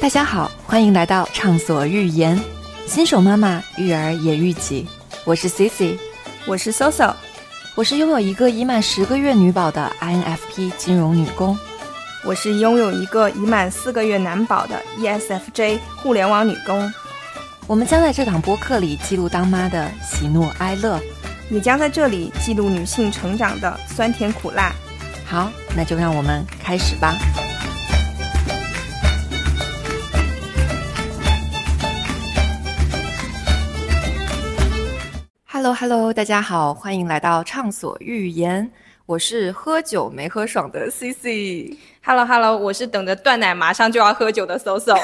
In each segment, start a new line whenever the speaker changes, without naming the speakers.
大家好，欢迎来到畅所欲言，新手妈妈育儿也育己。我是 Cici，
我是 Soso，
我是拥有一个已满十个月女宝的 INFP 金融女工，
我是拥有一个已满四个月男宝的 E ESFJ 互联网女工。
我们将在这档播客里记录当妈的喜怒哀乐，
也将在这里记录女性成长的酸甜苦辣。
好，那就让我们开始吧。Hello Hello，大家好，欢迎来到畅所欲言，我是喝酒没喝爽的 CC。
Hello Hello，我是等着断奶马上就要喝酒的 Soso。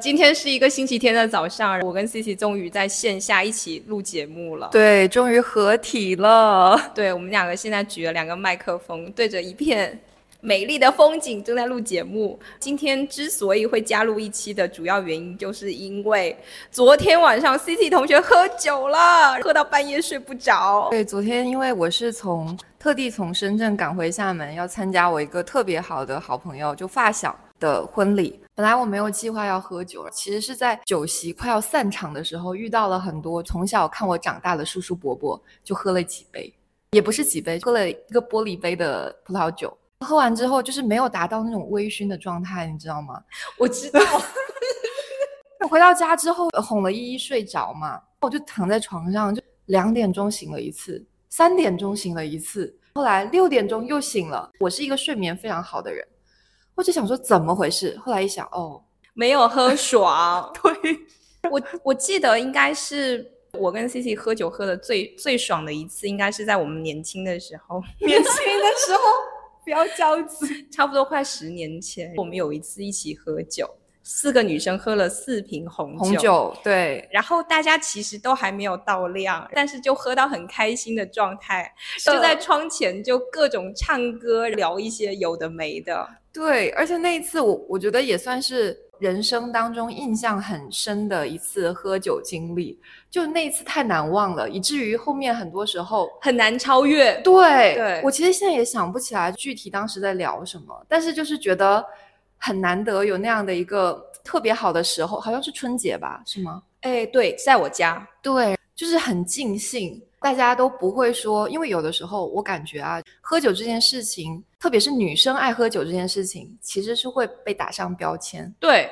今天是一个星期天的早上，我跟 Cici 终于在线下一起录节目了。
对，终于合体了。
对，我们两个现在举了两个麦克风，对着一片美丽的风景正在录节目。今天之所以会加入一期的主要原因，就是因为昨天晚上 Cici 同学喝酒了，喝到半夜睡不着。
对，昨天因为我是从特地从深圳赶回厦门，要参加我一个特别好的好朋友，就发小的婚礼。本来我没有计划要喝酒，其实是在酒席快要散场的时候，遇到了很多从小看我长大的叔叔伯伯，就喝了几杯，也不是几杯，喝了一个玻璃杯的葡萄酒。喝完之后就是没有达到那种微醺的状态，你知道吗？
我知道，
我 回到家之后呃哄了依依睡着嘛，我就躺在床上，就两点钟醒了一次，三点钟醒了一次，后来六点钟又醒了。我是一个睡眠非常好的人，我就想说怎么回事，后来一想，哦，
没有喝爽。
对，
我我记得应该是我跟 C C 喝酒喝的最最爽的一次，应该是在我们年轻的时 候，
年轻的时候不要骄子。
差不多快十年前，我们有一次一起喝酒，四个女生喝了四瓶红
红酒，对，
然后大家其实都还没有到量，但是就喝到很开心的状态，就在窗前就各种唱歌，聊一些有的没的。
对，而且那一次我我觉得也算是人生当中印象很深的一次喝酒经历，就那一次太难忘了，以至于后面很多时候，
很难超越，
对，
对
我其实现在也想不起来具体当时在聊什么，但是就是觉得很难得有那样的一个特别好的时候，好像是春节吧，是吗？
哎，对，在我家，
对，就是很尽兴，大家都不会说，因为有的时候我感觉啊，喝酒这件事情，特别是女生爱喝酒这件事情，其实是会被打上标签，
对，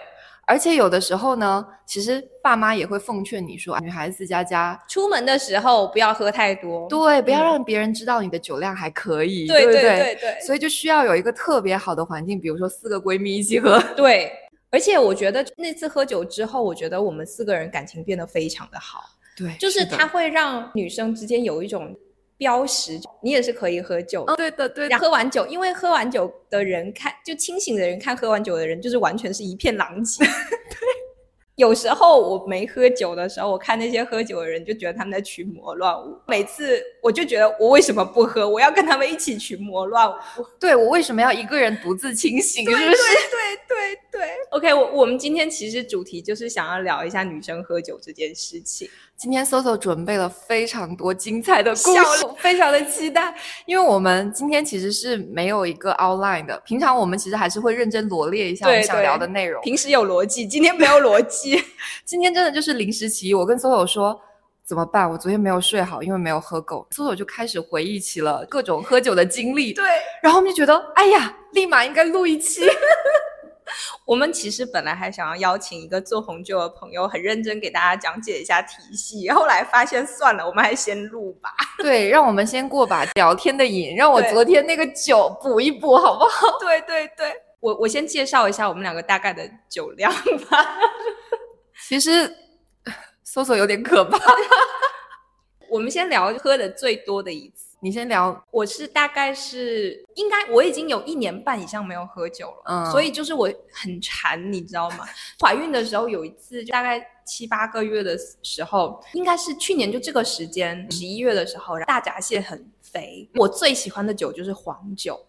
而且有的时候呢，其实爸妈也会奉劝你说，啊女孩子家家，
出门的时候不要喝太多，
对，不要
嗯
让别人知道你的酒量还可以，
对
不
对
对
对对
所以就需要有一个特别好的环境，比如说四个闺蜜一起 喝，
对，而且我觉得那次喝酒之后，我觉得我们四个人感情变得非常的好，
对，
就是
的
它，会让女生之间有一种标识，你也是可以喝酒的。
嗯对的对的
然，后喝完酒，因为喝完酒的人看，就清醒的人看喝完酒的人，就是完全是一片狼 藉。对，有时候我没喝酒的时候，我看那些喝酒的人，就觉得他们在群魔乱舞。每次我就觉得，我为什么不喝？我要跟他们一起群魔乱舞。
对我为什么要一个人独自清醒？
对
就是
对对对对。OK，我我们今天其实主题就是想要聊一下女生喝酒这件事情。
今天 Soso 准备了非常多精彩的故
笑
事，我非常的期待。因为我们今天其实是没有一个 outline 的，平常我们其实还是会认真罗列一下我
对
们想
对
聊的内容。
平时有逻辑，今天没有逻辑。
今天真的就是临时起意，我跟 Soso 说怎么办？我昨天没有睡好，因为没有喝够。Soso 就开始回忆起了各种喝酒的经历，
对，
然后我们就觉得，哎呀，立马应该录一期。
我们其实本来还想要邀请一个做红酒的朋友，很认真给大家讲解一下体系，后来发现算了，我们还是先录吧。
对，让我们先过把聊天的瘾，让我
对
昨天那个酒补一补，好不好？
对对对，我我先介绍一下我们两个大概的酒量吧。
其实 Soso 有点可怕。
我们先聊喝的最多的一次，
你先聊
我是大概是应该我已经有一年半以上没有喝酒了，
嗯
所以就是我很馋，你知道吗？怀孕的时候有一次，大概七八个月的时候，应该是去年就这个时间，十一月的时候，大闸蟹很肥。我最喜欢的酒就是黄酒，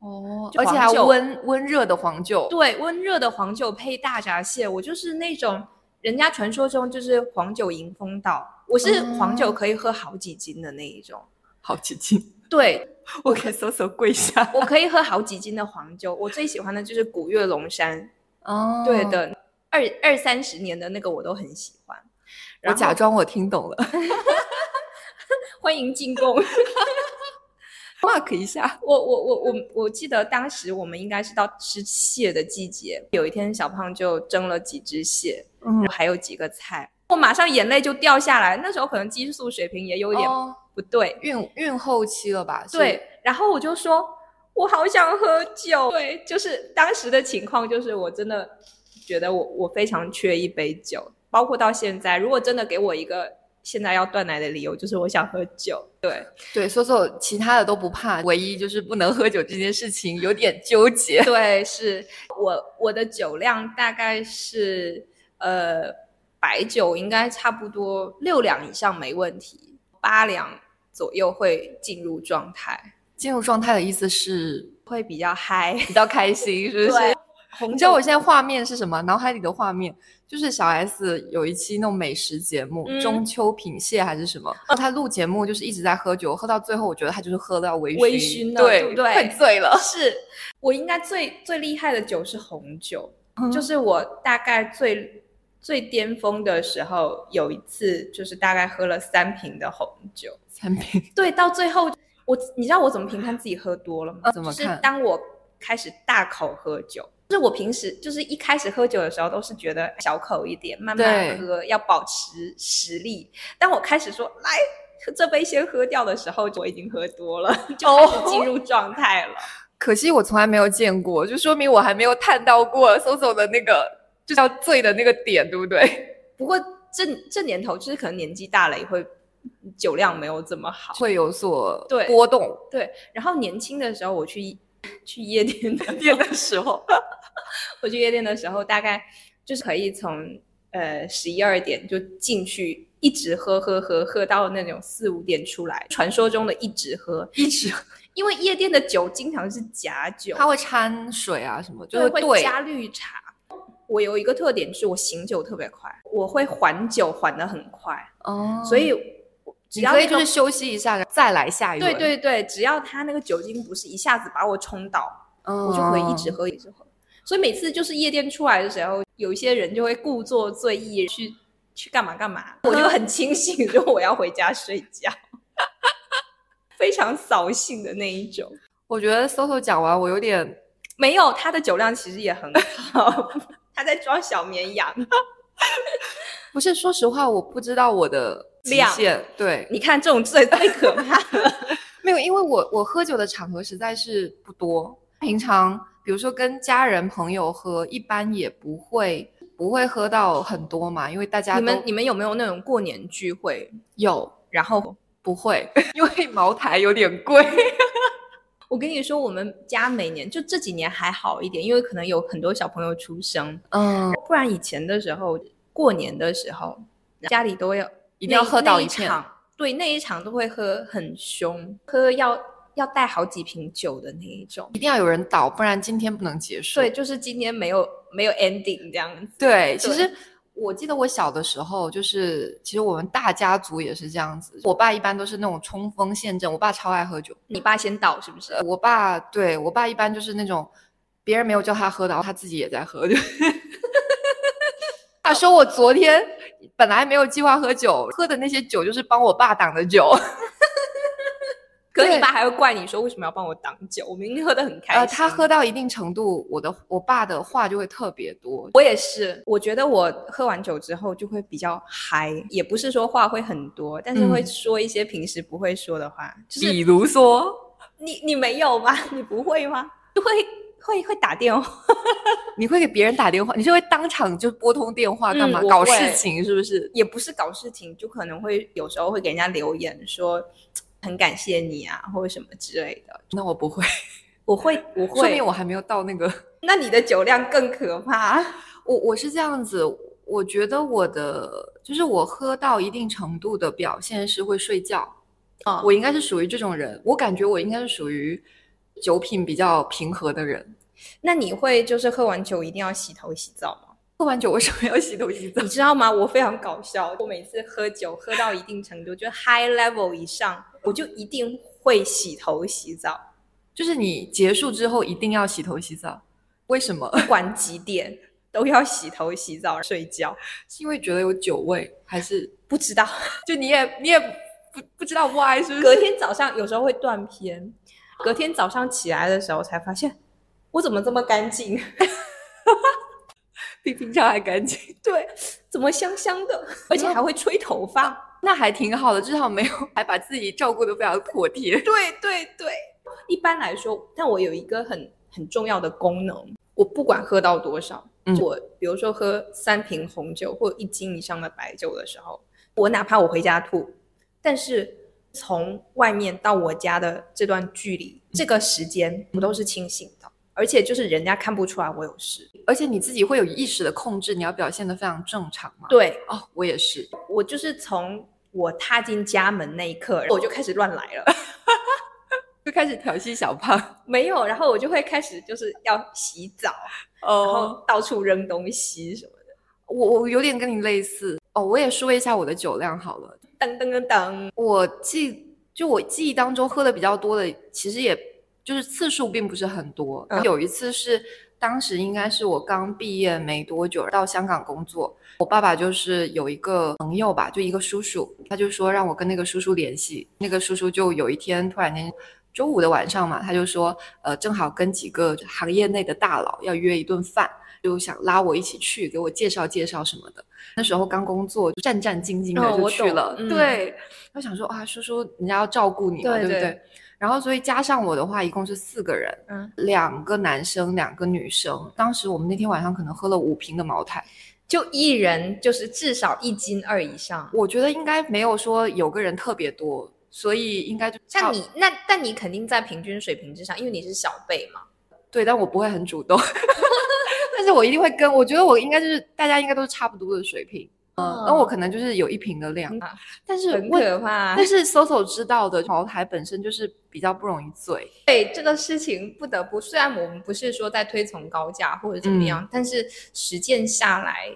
哦，
就
而且
黄
还
酒
温温热的黄酒，
对，温热的黄酒配大闸蟹，我就是那种人家传说中就是黄酒迎风倒，我是黄酒可以喝好几斤的那一种。
好几斤。
对，
我给搜搜跪下。
我可以喝好几斤的黄酒，我最喜欢的就是古越龙山。
哦，
对，的，二二三十年的那个我都很喜欢。
我
然后
假装我听懂了
欢迎进 贡。
，mark 一下。
我我我我我记得当时我们应该是到吃蟹的季节，有一天小胖就蒸了几只蟹，
嗯，
还有几个菜，我马上眼泪就掉下来。那时候可能激素水平也有点
哦，
不对，
孕孕后期了吧？是
对，，然后我就说，我好想喝酒。对，就是当时的情况，就是我真的觉得我我非常缺一杯酒，包括到现在，如果真的给我一个现在要断奶的理由，就是我想喝酒。对
对，所有其他的都不怕，唯一就是不能喝酒这件事情有点纠结。
对，是我我的酒量大概是呃白酒应该差不多六两以上没问题，八两左右会进入状态，
进入状态的意思是
会比较嗨。
比较开心，是不是？
对红
你知道
酒
我现在画面是什么？脑海里的画面就是小 S 有一期那种美食节目，
嗯
中秋品蟹还是什么？她录节目就是一直在喝酒，喝到最后，我觉得她就是喝到微醺，
微醺了
对
对不对
快醉了。
是我应该最最厉害的酒是红酒，
嗯
就是我大概最最巅峰的时候，有一次就是大概喝了三瓶的红酒。
产品，
对，到最后我你知道我怎么评判自己喝多了吗？
呃怎么
就是
看
当我开始大口喝酒。就是我平时就是一开始喝酒的时候都是觉得小口一点，慢
对
慢喝，要保持实力。当我开始说来这杯先喝掉的时候，我已经喝多了， 就开始进入状态了。
可惜我从来没有见过，就说明我还没有探到过搜搜的那个就叫醉的那个点，对不对？
不过这这年头，就是可能年纪大了也会酒量没有这么好。
会有所
对
波动。
对，然后年轻的时候我去去夜 店的店的时候， 我去夜店的时候，大概就是可以从呃十一二点就进去，一直喝喝喝喝到那种四五点出来，传说中的一直喝，
一直
因为夜店的酒经常是假酒，
它会掺水啊什么，就
对
是
会
对
加绿茶。我有一个特点是我醒酒特别快，我会缓酒缓得很快。
哦
所以我只
你
要
可以
那
就
个
是休息一下，然后再来下一轮。
对，对对，只要他那个酒精不是一下子把我冲倒，
嗯、
我就可以一直喝一直喝。所以每次就是夜店出来的时候，有一些人就会故作醉意去去干嘛干嘛，我就很清醒， 说我要回家睡觉， 非常扫兴的那一种。
我觉得 Soso 讲完，我有点
没有，他的酒量其实也很好，他在装小绵羊。
不是，说实话，我不知道我的极
量
限。对，
你看这种最最可怕了。
没有，因为我我喝酒的场合实在是不多，平常比如说跟家人朋友喝，一般也不会不会喝到很多嘛，因为大家
你
都
们你们有没有那种过年聚会，
有
然后
不会，因为茅台有点贵。
我跟你说，我们家每年就这几年还好一点，因为可能有很多小朋友出生，
嗯，
不然以前的时候，过年的时候家里都要
一定要
那
喝到
那
一
一
片
场，对，那一场都会喝很凶，喝要要带好几瓶酒的那一种。
一定要有人倒，不然今天不能结束。
对，就是今天没有没有 ending 这样子。
对，其
对
实我记得我小的时候，就是其实我们大家族也是这样子。我爸一般都是那种冲锋陷阵，我爸超爱喝酒。
你爸先倒是不是
呃？我爸对我爸一般就是那种别人没有叫他喝的，然后他自己也在喝。就 他说我昨天本来没有计划喝酒，喝的那些酒就是帮我爸挡的酒。
可是
对
你爸还会怪你说为什么要帮我挡酒？我明明喝得很开心。
呃，他喝到一定程度，我的我爸的话就会特别多。
我也是，我觉得我喝完酒之后就会比较嗨，也不是说话会很多，但是会
嗯
说一些平时不会说的话。就是
如说，
你你没有吗？ 你不会吗？就会会会打电话，
你会给别人打电话，你是会当场就拨通电话干
嗯
嘛？
我
搞
会
事情是不是？
也不是搞事情，就可能会有时候会给人家留言说很感谢你啊，或者什么之类的。
那我不会，
我会我
说
会
明，我还没有到那个。
那你的酒量更可怕。
我我是这样子，我觉得我的就是我喝到一定程度的表现是会睡觉，
哦
我应该是属于这种人，我感觉我应该是属于酒品比较平和的人。
那你会就是喝完酒一定要洗头洗澡吗？
喝完酒为什么要洗头洗澡
你？知道吗？我非常搞笑，我每次喝酒喝到一定程度，就 high level 以上，我就一定会洗头洗澡，
就是你结束之后一定要洗头洗澡，为什么？
不管几点。都要洗头、洗澡、睡觉，
是因为觉得有酒味，还是
不知道。
就你也你也不不知道 why 是不是？
隔天早上有时候会断片，隔天早上起来的时候才发现，我怎么这么干净？
比平常还干净，
对，怎么香香的？而且还会吹头发。
那还挺好的，至少没有还把自己照顾的非常妥帖。
对对对，一般来说，但我有一个很很重要的功能，我不管喝到多少，
嗯
我比如说喝三瓶红酒或一斤以上的白酒的时候，我哪怕我回家吐，但是从外面到我家的这段距离，这个时间我都是清醒的，而且就是人家看不出来我有事。
而且你自己会有意识的控制，你要表现的非常正常嘛。
对，
哦，我也是，
我就是从我踏进家门那一刻，我就开始乱来了。
就开始调戏小胖。
没有，然后我就会开始就是要洗澡，然
哦，
后到处扔东西什么的，
我我有点跟你类似。哦，我也说一下我的酒量好了。
噔噔噔噔。
我记就我记忆当中喝的比较多的，其实也就是次数并不是很多。
嗯
有一次是当时应该是我刚毕业没多久到香港工作，我爸爸就是有一个朋友吧，就一个叔叔，他就说让我跟那个叔叔联系。那个叔叔就有一天突然间。周五的晚上嘛，他就说，呃，正好跟几个行业内的大佬要约一顿饭，就想拉我一起去，给我介绍介绍什么的。那时候刚工作，就战战兢兢
哦
的就
我
去
懂
了。
嗯
对，我想说啊，叔叔，人家要照顾你嘛，
对
不
对
对？然后所以加上我的话，一共是四个人，
嗯，
两个男生，两个女生。当时我们那天晚上可能喝了五瓶的茅台，
就一人就是至少一斤二以上。
我觉得应该没有说有个人特别多，所以应该就差
像你那，但你肯定在平均水平之上，因为你是小辈嘛。
对，但我不会很主动， 但是我一定会跟。我觉得我应该就是大家应该都是差不多的水平，嗯，那我可能就是有一瓶的量，
啊
但是
很
问
可怕
但。是搜搜知道的茅台本身就是比较不容易醉，
对这个事情，不得不，虽然我们不是说在推崇高价或者怎么样，但是实践下来，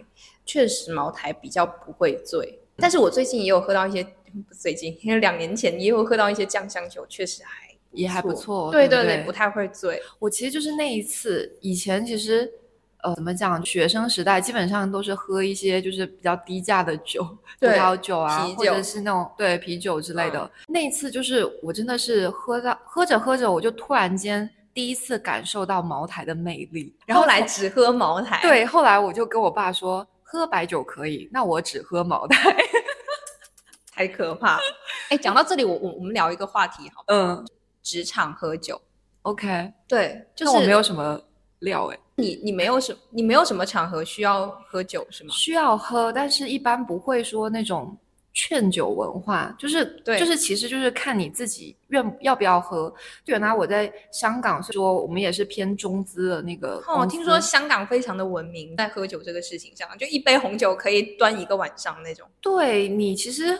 确实茅台比较不会醉。但是我最近也有喝到一些，不最近，因为两年前也有喝到一些酱香酒，确实还
也还不
不
错。
对
对
对
不
不太会醉。
我其实就是那一次，以前其实呃怎么讲，学生时代基本上都是喝一些就是比较低价的酒，葡
对
萄酒啊，
啤
或者
酒嗯
是那种对啤酒之类的。那一次就是我真的是喝到喝着喝着，我就突然间第一次感受到茅台的魅力，然
然
后
后来
从
只喝茅台，，
对，后来我就跟我爸说。喝白酒可以，那我只喝茅台。
太可怕了。 哎，讲到这里，我我我们聊一个话题好，
嗯
职场喝酒。
，OK，
对，就
那
是
我没有什么料哎、
你，你没有什你没有什么场合需要喝酒是吗？
需要喝，但是一般不会说那种劝酒文化，就是
对
就是其实就是看你自己愿要不要喝。就原来我在香港说，我们也是偏中资的那个
哦，
公
听说
司
香港非常的文明，在喝酒这个事情上，就一杯红酒可以端一个晚上那种。
对你其实。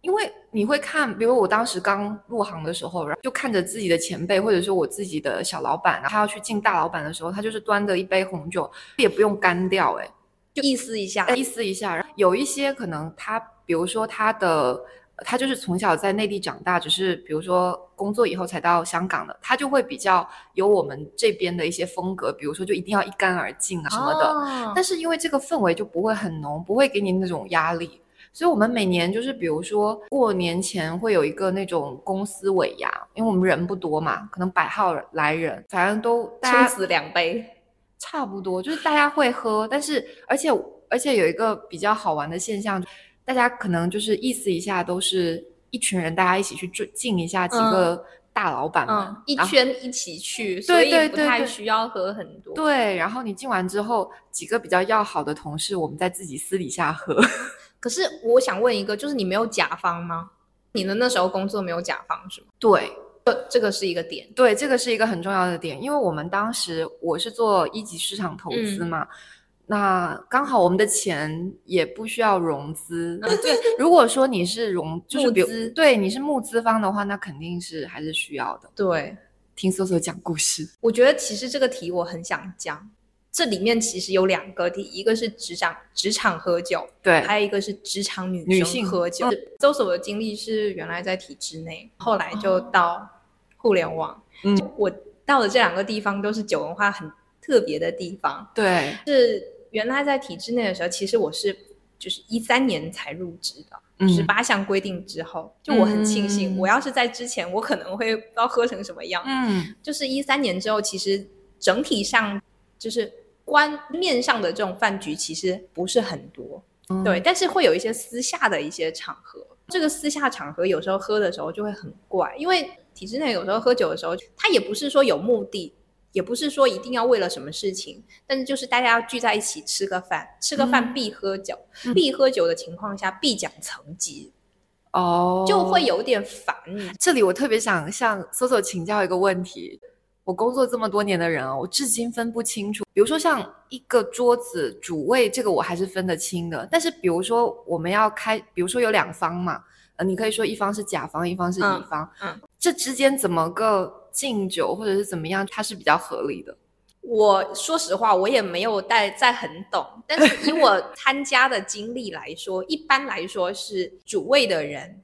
因为你会看，比如我当时刚入行的时候，然后就看着自己的前辈或者说我自己的小老板，然后他要去敬大老板的时候，他就是端着一杯红酒，也不用干掉、欸，
就意思一下，
意思一下。然后有一些可能他，比如说他的，他就是从小在内地长大，只是比如说工作以后才到香港的，他就会比较有我们这边的一些风格，比如说就一定要一干而尽啊什么的。
哦
但是因为这个氛围就不会很浓，不会给你那种压力。所以我们每年就是，比如说过年前会有一个那种公司尾牙，因为我们人不多嘛，可能百号来人，反正都大家
初死两杯，
差不多，就是大家会喝，但是而且而且有一个比较好玩的现象，大家可能就是意思一下都是一群人，大家一起去敬敬一下几个大老板们，
嗯，一
然后
圈一起去，所
对对
以不
对
太
对
需要喝很多。
对，然后你敬完之后，几个比较要好的同事，我们再自己私底下喝。
可是我想问一个，就是你没有甲方吗？你的那时候工作没有甲方是吗？
对
这这个是一个点。
对，这个是一个很重要的点，因为我们当时我是做一级市场投资
嗯
嘛。那刚好我们的钱也不需要融资，呃 对。如果说你是融，就是
嗯募
比如
资
对你是募资方的话，那肯定是还是需要的。
对，
听搜搜讲故事，
我觉得其实这个题我很想讲，这里面其实有两个题，一个是职场职场喝酒，
对，
还有一个是职场女
女
生
性嗯
喝酒。周所的经历是原来在体制内，后来就
哦
到互联网。
嗯
就我到的这两个地方都是酒文化很特别的地方，
对，
是原来在体制内的时候，其实我是就是一三年才入职的，就是八项规定之后，就我很庆幸，
嗯
我要是在之前，我可能会不知道喝成什么样。
嗯
就是一三年之后，其实整体上就是观面上的这种饭局其实不是很多，
嗯，
对，但是会有一些私下的一些场合。这个私下场合有时候喝的时候就会很怪，因为体制内有时候喝酒的时候，他也不是说有目的，也不是说一定要为了什么事情，但是就是大家要聚在一起吃个饭，吃个
嗯
饭必喝酒，
嗯
必喝酒的情况下必讲层级，
哦，
就会有点烦。
这里我特别想向搜搜请教一个问题。我工作这么多年的人啊，我至今分不清楚。比如说像一个桌子主位，这个我还是分得清的。但是比如说我们要开，比如说有两方嘛，呃，你可以说一方是甲方，一方是乙
嗯
方，
嗯
这之间怎么个敬酒或者是怎么样，它是比较合理的。
我说实话，我也没有在在很懂，但是以 我参加的经历来说，一般来说是主位的人。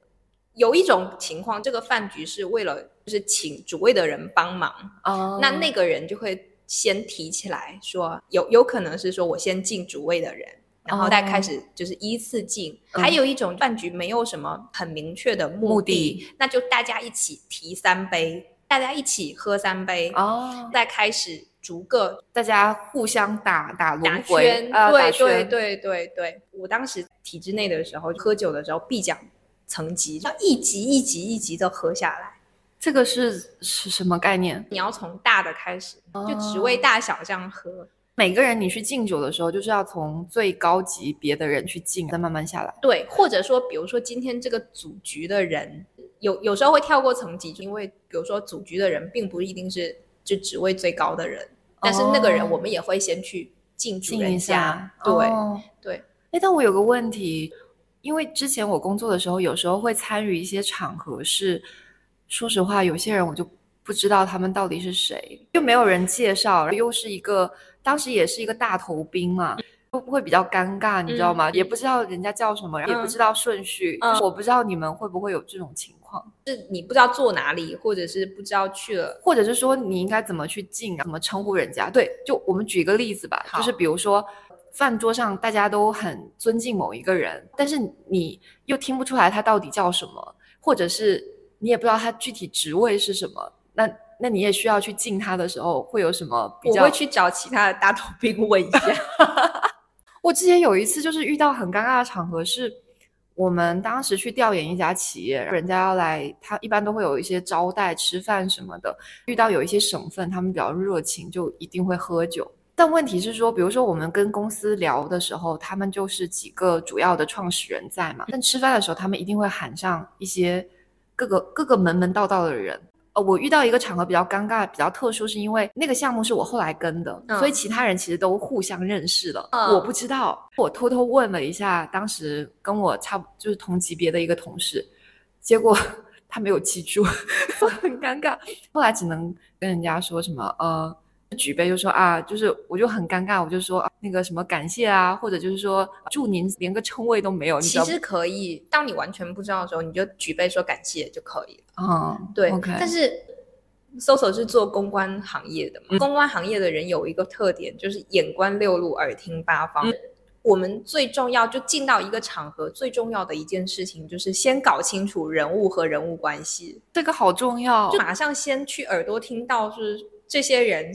有一种情况，这个饭局是为了就是请主位的人帮忙，
哦
那那个人就会先提起来说，有有可能是说我先敬主位的人，然后再开始就是依次敬。
哦嗯
还有一种饭局没有什么很明确的目
目的
那就大家一起提三杯，大家一起喝三杯，
哦，
再开始逐个
大家互相打打
呃打
轮回
圈，，
啊打
对对
圈
对对对，我当时体制内的时候，喝酒的时候必讲层级，要一级一级一级的喝下来。
这个是是什么概念？
你要从大的开始，就职
哦
位大小这样喝。
每个人你去敬酒的时候，就是要从最高级别的人去敬，再慢慢下来。
对，或者说，比如说今天这个组局的人，有有时候会跳过层级，因为比如说组局的人并不一定是就职位最高的人，但是那个人
哦
我们也会先去敬主
敬
人
一
家
下，，
对、
哦
对。
哎，但我有个问题，因为之前我工作的时候，有时候会参与一些场合是，说实话，有些人我就不知道他们到底是谁，又没有人介绍，又是一个当时也是一个大头兵嘛。会不会比较尴尬，你知道吗？
嗯
也不知道人家叫什么，也不
嗯
知道顺序，
嗯
就是我不知道你们会不会有这种情况。
是你不知道坐哪里，或者是不知道去了
或者是说你应该怎么去敬啊，怎么称呼人家？对，就我们举一个例子吧，
好
就是比如说饭桌上大家都很尊敬某一个人，但是你又听不出来他到底叫什么，或者是你也不知道他具体职位是什么，那那你也需要去敬他的时候会有什么比
我
较？
会去找其他的大头兵问一下。
我之前有一次就是遇到很尴尬的场合是。我们当时去调研一家企业，人家要来，他一般都会有一些招待、吃饭什么的。遇到有一些省份，他们比较热情，就一定会喝酒。但问题是说，比如说我们跟公司聊的时候，他们就是几个主要的创始人在嘛，但吃饭的时候，他们一定会喊上一些各个各个门门道道的人。呃，我遇到一个场合比较尴尬、比较特殊，是因为那个项目是我后来跟的，
嗯
所以其他人其实都互相认识的，
嗯
我不知道。我偷偷问了一下，当时跟我差不就是同级别的一个同事，结果 他没有记住， 很尴尬。后来只能跟人家说什么呃，举杯就说啊，就是我就很尴尬，我就说、啊那个什么感谢啊，或者就是说祝您连个称谓都没有，你知
其
道
实可以，当你完全不知道的时候，你就举杯说感谢就可以了。
吗嗯，
对
o k
但是搜索是做公关行业的嘛，公关行业的人有一个特点，就是眼观六路，耳听八方。我们最重要就进到一个场合，最重要的一件事情就是先搞清楚人物和人物关系，
这个好重要啊
就，马上先去耳朵听到是这些人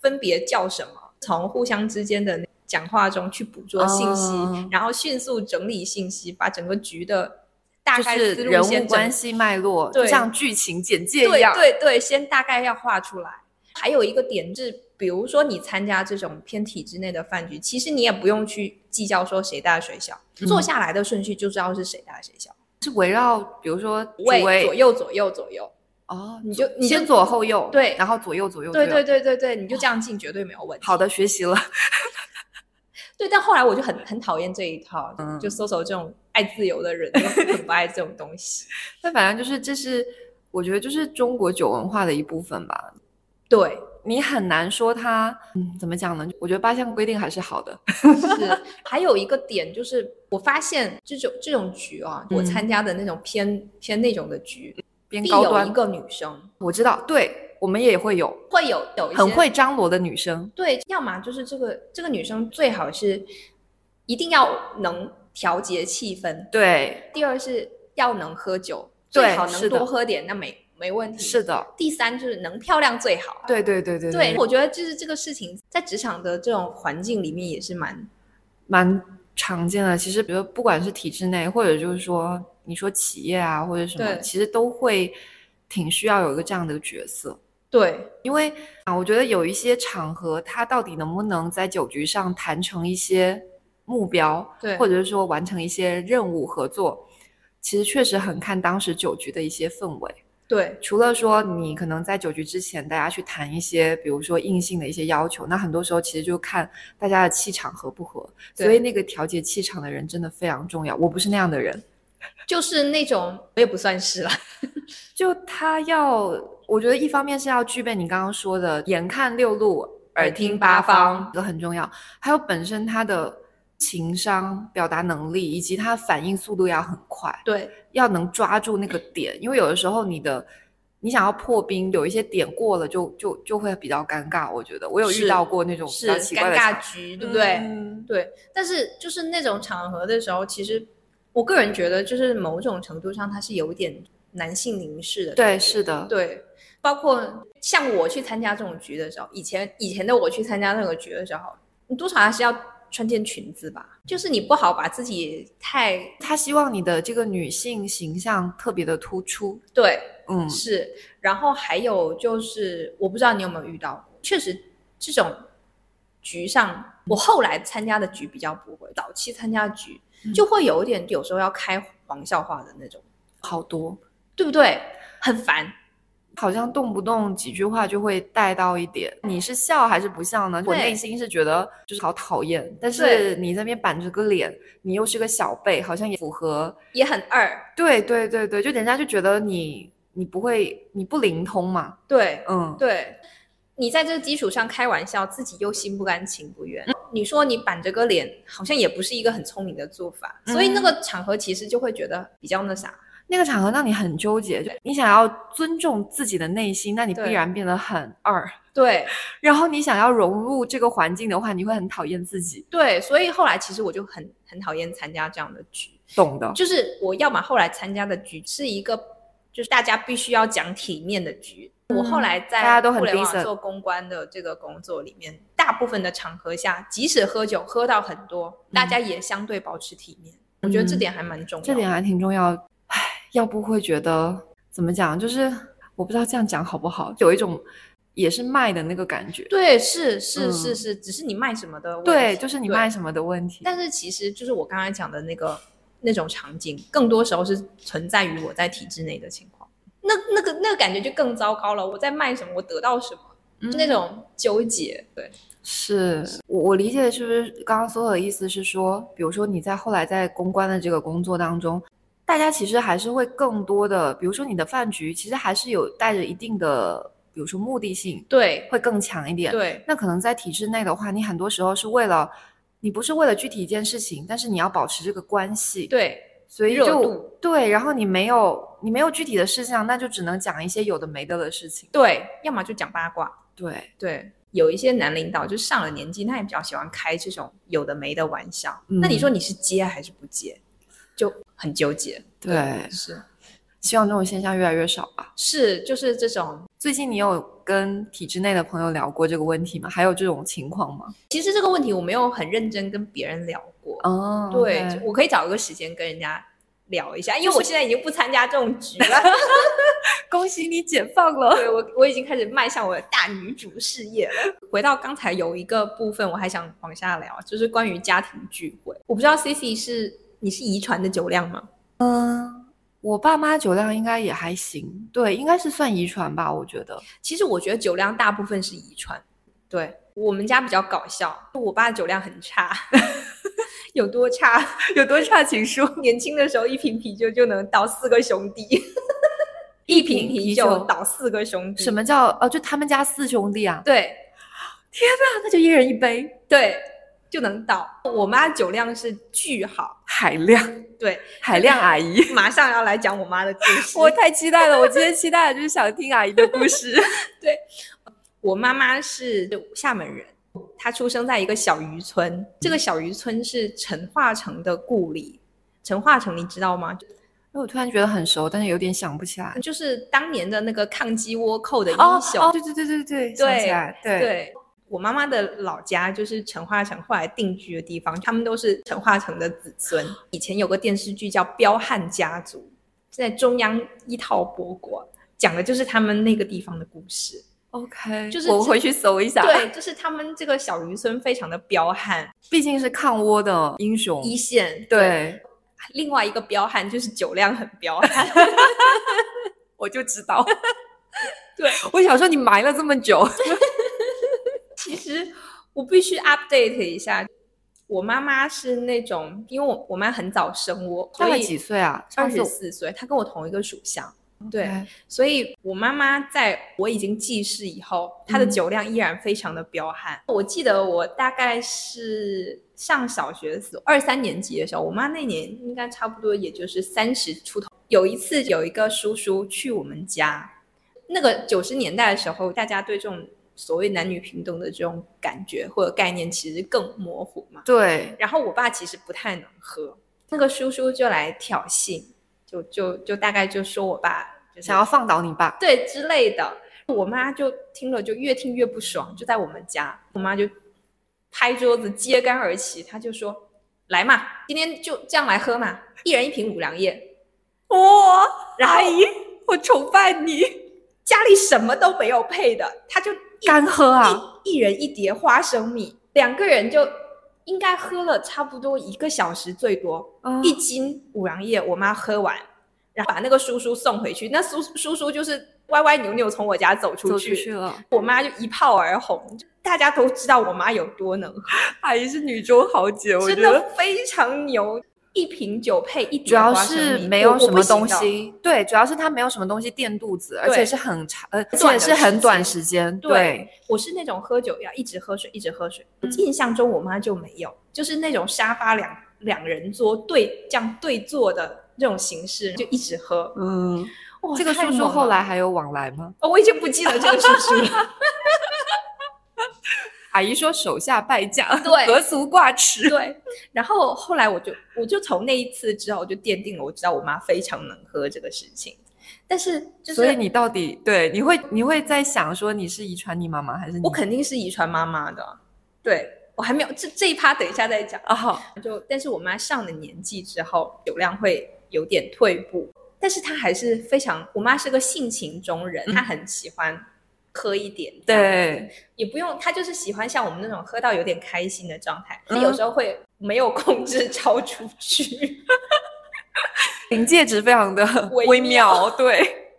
分别叫什么，从互相之间的讲话中去捕捉信息，
哦
然后迅速整理信息，把整个局的大
就
概
是
思路
人
先
物
整
关系脉络，就
对
像剧情简介一
对
样，
对对，先大概要画出来。还有一个点是，比如说你参加这种偏体制内的饭局，其实你也不用去计较说谁大谁小，
嗯
坐下来的顺序就知道是谁大谁小，
是围绕比如说主
位
位
左右左右左右。
哦，
你就你就
先左后右，
对
然后左右左右，
对
左右
对对对对，你就这样进绝对没有问题。
好的，学习了，
对，但后来我就很很讨厌这一套，
嗯
就搜索这种爱自由的人，就很不爱这种东西。
但反正就是这是我觉得就是中国酒文化的一部分吧，
对，
你很难说它，嗯，怎么讲呢？我觉得八项规定还是好的。
是，还有一个点就是，我发现这种这种局啊，我
嗯
参加的那种偏偏那种的局，
边
必
高
有一
端，
个女生，
我知道，对我们也会有
会有有一些
很会张罗的女生，
对，要么就是这个这个女生最好是一定要能调节气氛，
对，
第二是要能喝酒，
对
最好能
是的
多喝点，那没没问题。
是的，
第三就是能漂亮最好。啊
对对对对
对，我觉得就是这个事情在职场的这种环境里面也是蛮
蛮常见的。其实，比如不管是体制内，或者就是说你说企业啊，或者什么，
对
其实都会挺需要有一个这样的角色。
对
因为啊，我觉得有一些场合，他到底能不能在酒局上谈成一些目标，
对
或者是说完成一些任务合作，其实确实很看当时酒局的一些氛围。
对
除了说你可能在酒局之前，大家去谈一些，比如说硬性的一些要求，那很多时候其实就看大家的气场合不合。
对
所以那个调节气场的人真的非常重要。我不是那样的人，
就是那种我也不算是啦，
就他要，我觉得一方面是要具备你刚刚说的“眼看六路，耳听八方”，这个很重要，还有本身他的情商、表达能力以及他反应速度要很快。
对
要能抓住那个点，因为有的时候你的你想要破冰，有一些点过了就就就会比较尴尬。我觉得我有遇
是
到过那种比
是
较奇怪
尴
的
尬
场，
局，对不对？
嗯
对，但是就是那种场合的时候，其实我个人觉得，就是某种程度上它是有一点男性凝视的。
对，是的，
对，包括像我去参加这种局的时候，以前以前的我去参加那个局的时候，你多少还是要穿件裙子吧，就是你不好把自己太
他希望你的这个女性形象特别的突出，
对
嗯，
是，然后还有就是，我不知道你有没有遇到过，确实这种局上，我后来参加的局比较不会，早期参加的局
嗯
就会有一点，有时候要开黄笑话的那种，
好多，
对不对？很烦。
好像动不动几句话就会带到一点，你是笑还是不笑呢？我
对
内心是觉得就是好讨厌，但是
对
你在那边板着个脸，你又是个小辈，好像也符合
也很二，
对对对对，就人家就觉得你你不会你不灵通嘛，
对
嗯，
对。你在这个基础上开玩笑，自己又心不甘情不
嗯
愿。你说你板着个脸，好像也不是一个很聪明的做法，所以那
嗯
个场合其实就会觉得比较那啥。
那个场合让你很纠结，就你想要尊重自己的内心，那你必
对
然变得很二；
对
然后你想要融入这个环境的话，你会很讨厌自己，
对，所以后来其实我就很很讨厌参加这样的局。
懂的。
就是我要么后来参加的局是一个，就是大家必须要讲体面的局。我后来在
嗯大家都很
互联
decent
网做公关的这个工作里面，大部分的场合下，即使喝酒喝到很多，大家也相对保持体面。我觉得这点还蛮重要的。
嗯这点还挺重要。唉，要不会觉得怎么讲，就是我不知道这样讲好不好，有一种也是卖的那个感觉。
对，是是
嗯
是是，只是你卖什么的问题。
对，就是你
对
卖什么的问题。
但是其实就是我刚才讲的那个那种场景，更多时候是存在于我在体制内的情况。那那个那个感觉就更糟糕了。我在卖什么？我得到什么？
嗯
就那种纠结。对
是我我理解是不是刚刚所有的意思是说，比如说你在后来在公关的这个工作当中，大家其实还是会更多的，比如说你的饭局其实还是有带着一定的，比如说目的性
对
会更强一点。
对
那可能在体制内的话，你很多时候是为了，你不是为了具体一件事情，但是你要保持这个关系，，
对
所以
热
就
度
对，然后你没有你没有具体的事项，那就只能讲一些有的没的的事情。
对，要么就讲八卦。
对，
对，有一些男领导就上了年纪，他也比较喜欢开这种有的没的玩笑。
嗯
那你说你是接还是不接？就很纠结。
对
是
希望这种现象越来越少吧。
是，就是这种
最近你有跟体制内的朋友聊过这个问题吗？还有这种情况吗？
其实这个问题我没有很认真跟别人聊过。
哦，
对
OK
就我可以找一个时间跟人家聊一下，因
就
为
是
我现在已经不参加这种局 了。
恭喜你解放了。
对我，我已经开始迈向我的大女主事业了。回到刚才有一个部分，我还想往下聊，就是关于家庭聚会。我不知道 C C 是你是遗传的酒量吗？
嗯，我爸妈酒量应该也还行，对，应该是算遗传吧，我觉得。
其实我觉得酒量大部分是遗传。对我们家比较搞笑，我爸酒量很差， 有多差？
有多差，请说。
年轻的时候一瓶啤酒就能倒四个兄弟，一瓶啤酒倒四个兄弟，
什？么哦叫呃？就他们家四兄弟啊？
对
那就一人一杯。
对，就能到。我妈酒量是巨好，
海量，
对，
海量阿姨，
马上要来讲我妈的故 事。
我太期待了，我今天期待的就是想听阿姨 的故 事。
我妈妈是厦门人，她出生在一个小渔村，这个小渔村是陈化成的故里。陈化成你知道吗？
哎我突然觉得很熟，但是有点想不起来。
就是当年的那个抗击倭寇的英
哦
雄。
哦，对对对对对，想起来，对
对，我妈妈的老家就是陈化成后来定居的地方，他们都是陈化成的子孙。以前有个电视剧叫《彪悍家族》，在中央一套播过，讲的就是他们那个地方的故事。
，OK，
就是
我回去搜一下，，
对，就是他们这个小渔村非常的彪悍，
毕竟是抗倭的英雄，
一线。
对，
另外一个彪悍就是酒量很彪悍。
我就知 道，
对，
我想说你埋了这么 久，
其实我必须 update 一下，我妈妈是那种，因为我我妈很早生我，
大
所
概
以
几岁啊？
二
上次
十四岁，她跟我同一个属相。对
OK
所以我妈妈在我已经记事以后，她的
嗯
酒量依然非常的彪悍。我记得我大概是上小学的时候，二三年级的时候，我妈那年应该差不多也就是三十出头。有一次有一个叔叔去我们家，那个九十年代的时候，大家对这种所谓男女平等的这种感觉或者概念其实更模糊嘛。
对，
然后我爸其实不太能喝，那个叔叔就来挑衅，就就就大概就说我爸就是
想要放倒你爸，
对之类的。我妈就听了就越听越不爽，就在我们家，我妈就拍桌子揭竿而起，她就说：“来嘛，今天就这样来喝嘛，一人一瓶五粮液。
哇、
然后
阿姨，我崇拜你，”
家里什么都没有配的，她就一
干喝啊！
一一人一碟花生米，两个人就应该喝了差不多一个小时最多，
嗯
一斤五粮液，我妈喝完，然后把那个叔叔送回去。那叔叔叔就是歪歪扭扭从我家走
走
出
出
去，
去了，
我妈就一炮而红。就大家都知道我妈有多能喝，
阿姨是女中豪杰，我觉
真
得
的非常牛。一瓶酒配一
主
碟
要
花生
是
米，
没
我
有什么，
我
东
不行的
西，对，主要是它没有什么东西垫肚子，而且
对
是很长，呃，而
短
且
的
是很
时
短
间
时间，
对
对，
我是那种喝酒要一直喝水，一直喝水。
嗯
印象中我妈就没有，就是那种沙发两两人桌对这样对坐的这种形式，就一直喝。
嗯，
哇
这个
太
叔叔
猛
后
了
来还有往来吗？
哦我已经不记得这个叔叔了。
阿姨说手下败将，
对
何足挂齿。
对，然后后来我就我就从那一次之后，我就奠定了我知道我妈非常能喝这个事情。但是就是，
所以你到底对你会你会在想说你是遗传你妈妈还是你
我肯定是遗传妈妈的。对我还没有这这一趴，等一下再讲。
啊、哦
就但是我妈上了年纪之后，酒量会有点退步，但是她还是非常，我妈是个性情中人，
嗯
她很喜欢喝一点，，
对，
也不用，她就是喜欢像我们那种喝到有点开心的状态，
嗯
她有时候会没有控制 超出去，
临界值非常的
微
微妙，对，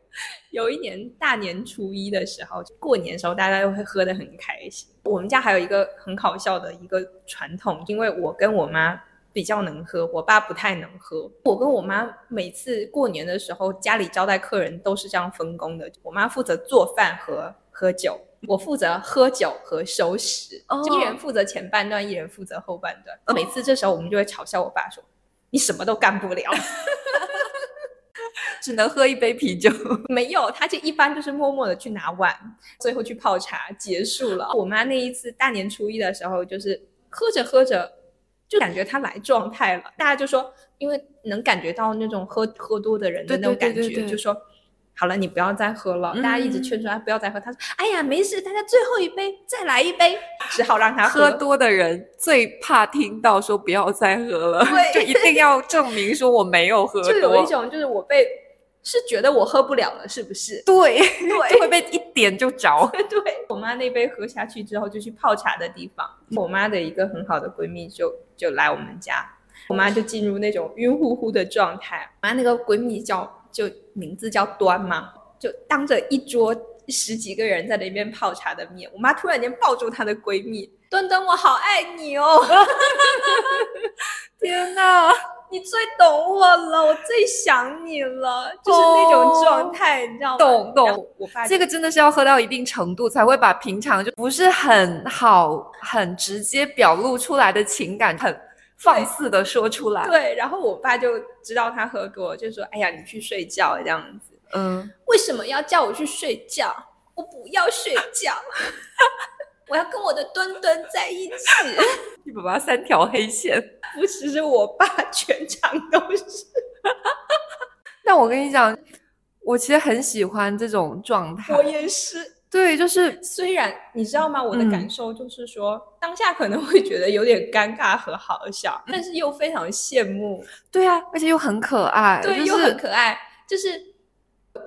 有一年大年初一的时候，过年的时候，大家都会喝得很开心。我们家还有一个很搞笑的一个传统，因为我跟我妈比较能喝，我爸不太能喝。我跟我妈每次过年的时候，家里招待客人都是这样分工的，我妈负责做饭和喝酒。我负责喝酒和收拾
哦
就一人负责前半段，一人负责后半段。每次这时候，我们就会嘲笑我爸说：“你什么都干不了。”
只能喝一杯啤 酒。
没有，他就一般就是默默的去拿碗，最后去泡茶，结束了。我妈那一次大年初一的时候，就是喝着喝着，就感觉她来状态了，大家就说，因为能感觉到那种喝喝多的人
对
的那种
对
感
对
觉，
对对
就说。好了，你不要再喝了。大家一直
嗯
劝说她不要再喝，她说：“哎呀，没事，大家最后一杯，再来一杯。”只好让她
喝多的人最怕听到说不要再喝了，
对
就一定要证明说我没有喝多。
就有一种就是我被是觉得我喝不了了，是不是？
对，
对
就会被一点就着。
对我妈那杯喝下去之后，就去泡茶的地方。我妈的一个很好的闺蜜就就来我们家，我妈就进入那种晕乎乎的状态。我妈那个闺蜜叫就名字叫端嘛，就当着一桌十几个人在那边泡茶的面，我妈突然间抱住她的闺蜜，端端，我好爱你哦。
天哪！
你最懂我了，我最想你了，就是那种状态，你知道吗？
懂懂
然后我 爸
这个真的是要喝到一定程度，才会把平常就不是很好、很直接表露出来的情感，很放肆的说出来。
对，然后我爸就知道他喝过，就说：“哎呀，你去睡觉这样子。
嗯，”
为什么要叫我去睡觉？我不要睡觉， 我要跟我的墩墩在一起。
你爸爸三条黑线。
不只是我爸，全场都是。
但我跟你讲，我其实很喜欢这种状态。
我也是。
对，就是
虽然你知道吗？我的
嗯
感受就是说，当下可能会觉得有点尴尬和好笑，但是又非常羡慕，
对啊，而且又很可爱，
对，
就
又
是
很可爱。就是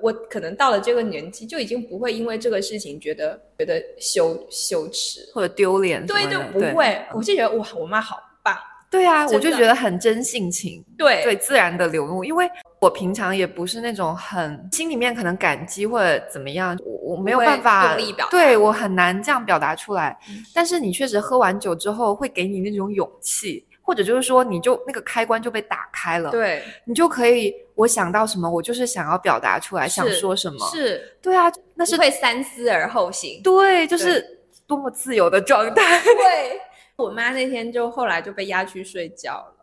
我可能到了这个年纪，就已经不会因为这个事情觉得觉得羞羞耻，
或者丢脸什么
对，嗯
的，
就不会。我就觉得哇，我妈好棒，
对啊，我
真
就
的
觉得很真性情，
对
对，自然的流露。因为我平常也不是那种很心里面可能感激或者怎么样，我我没有
会
办法
用力表达
对我很难这样表达出来。
嗯
但是你确实喝完酒之后会给你那种勇气，或者就是说你就那个开关就被打开了，
对，
你就可以我想到什么，我就是想要表达出来，想
是
说什么。
是，
对啊，那
是
是
会三思而后行。
对，就
对
是多么自由的状态。
对，我妈那天就后来就被押去睡觉了，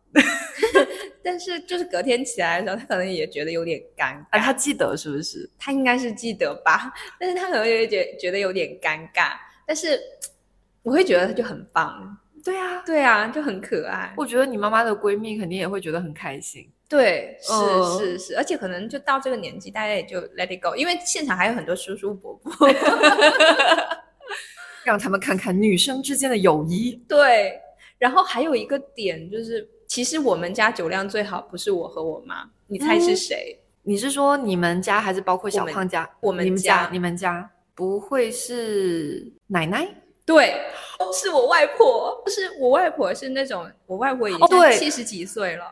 但是就是隔天起来的时候，她可能也觉得有点尴
啊，
尬，
他记得是不是？
她应该是记得吧，但是她可能也觉觉得有点尴尬，但是我会觉得她就很棒，
对啊，
对啊，就很可爱，
我觉得你妈妈的闺蜜肯定也会觉得很开心。
对，
嗯
是是是，而且可能就到这个年纪，大家也就 let it go，因为现场还有很多叔叔伯 伯，
让他们看看女生之间的友谊。
对，然后还有一个点就是，其实我们家酒量最好不是我和我妈，你猜是
嗯
谁？
你是说你们家还是包括小
我们
胖家？
我们
你们
家
你们家不会是奶奶？
对，是我外婆，就是我外婆是那种，我外婆已
哦
经
对
七十几岁了，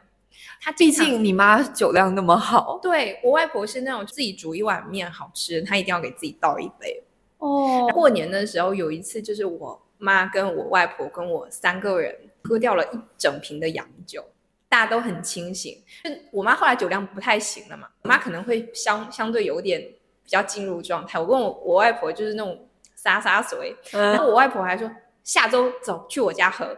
她
毕
经常
竟你妈酒量那么好
对我外婆是那种自己煮一碗面好吃，她一定要给自己倒一杯。
哦
过年的时候有一次，就是我妈跟我外婆跟我三个人喝掉了一整瓶的洋酒。大家都很清醒，就我妈后来酒量不太行了嘛，我妈可能会相相对有点比较进入状态。我跟我我外婆就是那种洒洒水，然
嗯，
后我外婆还说下周走去我家喝，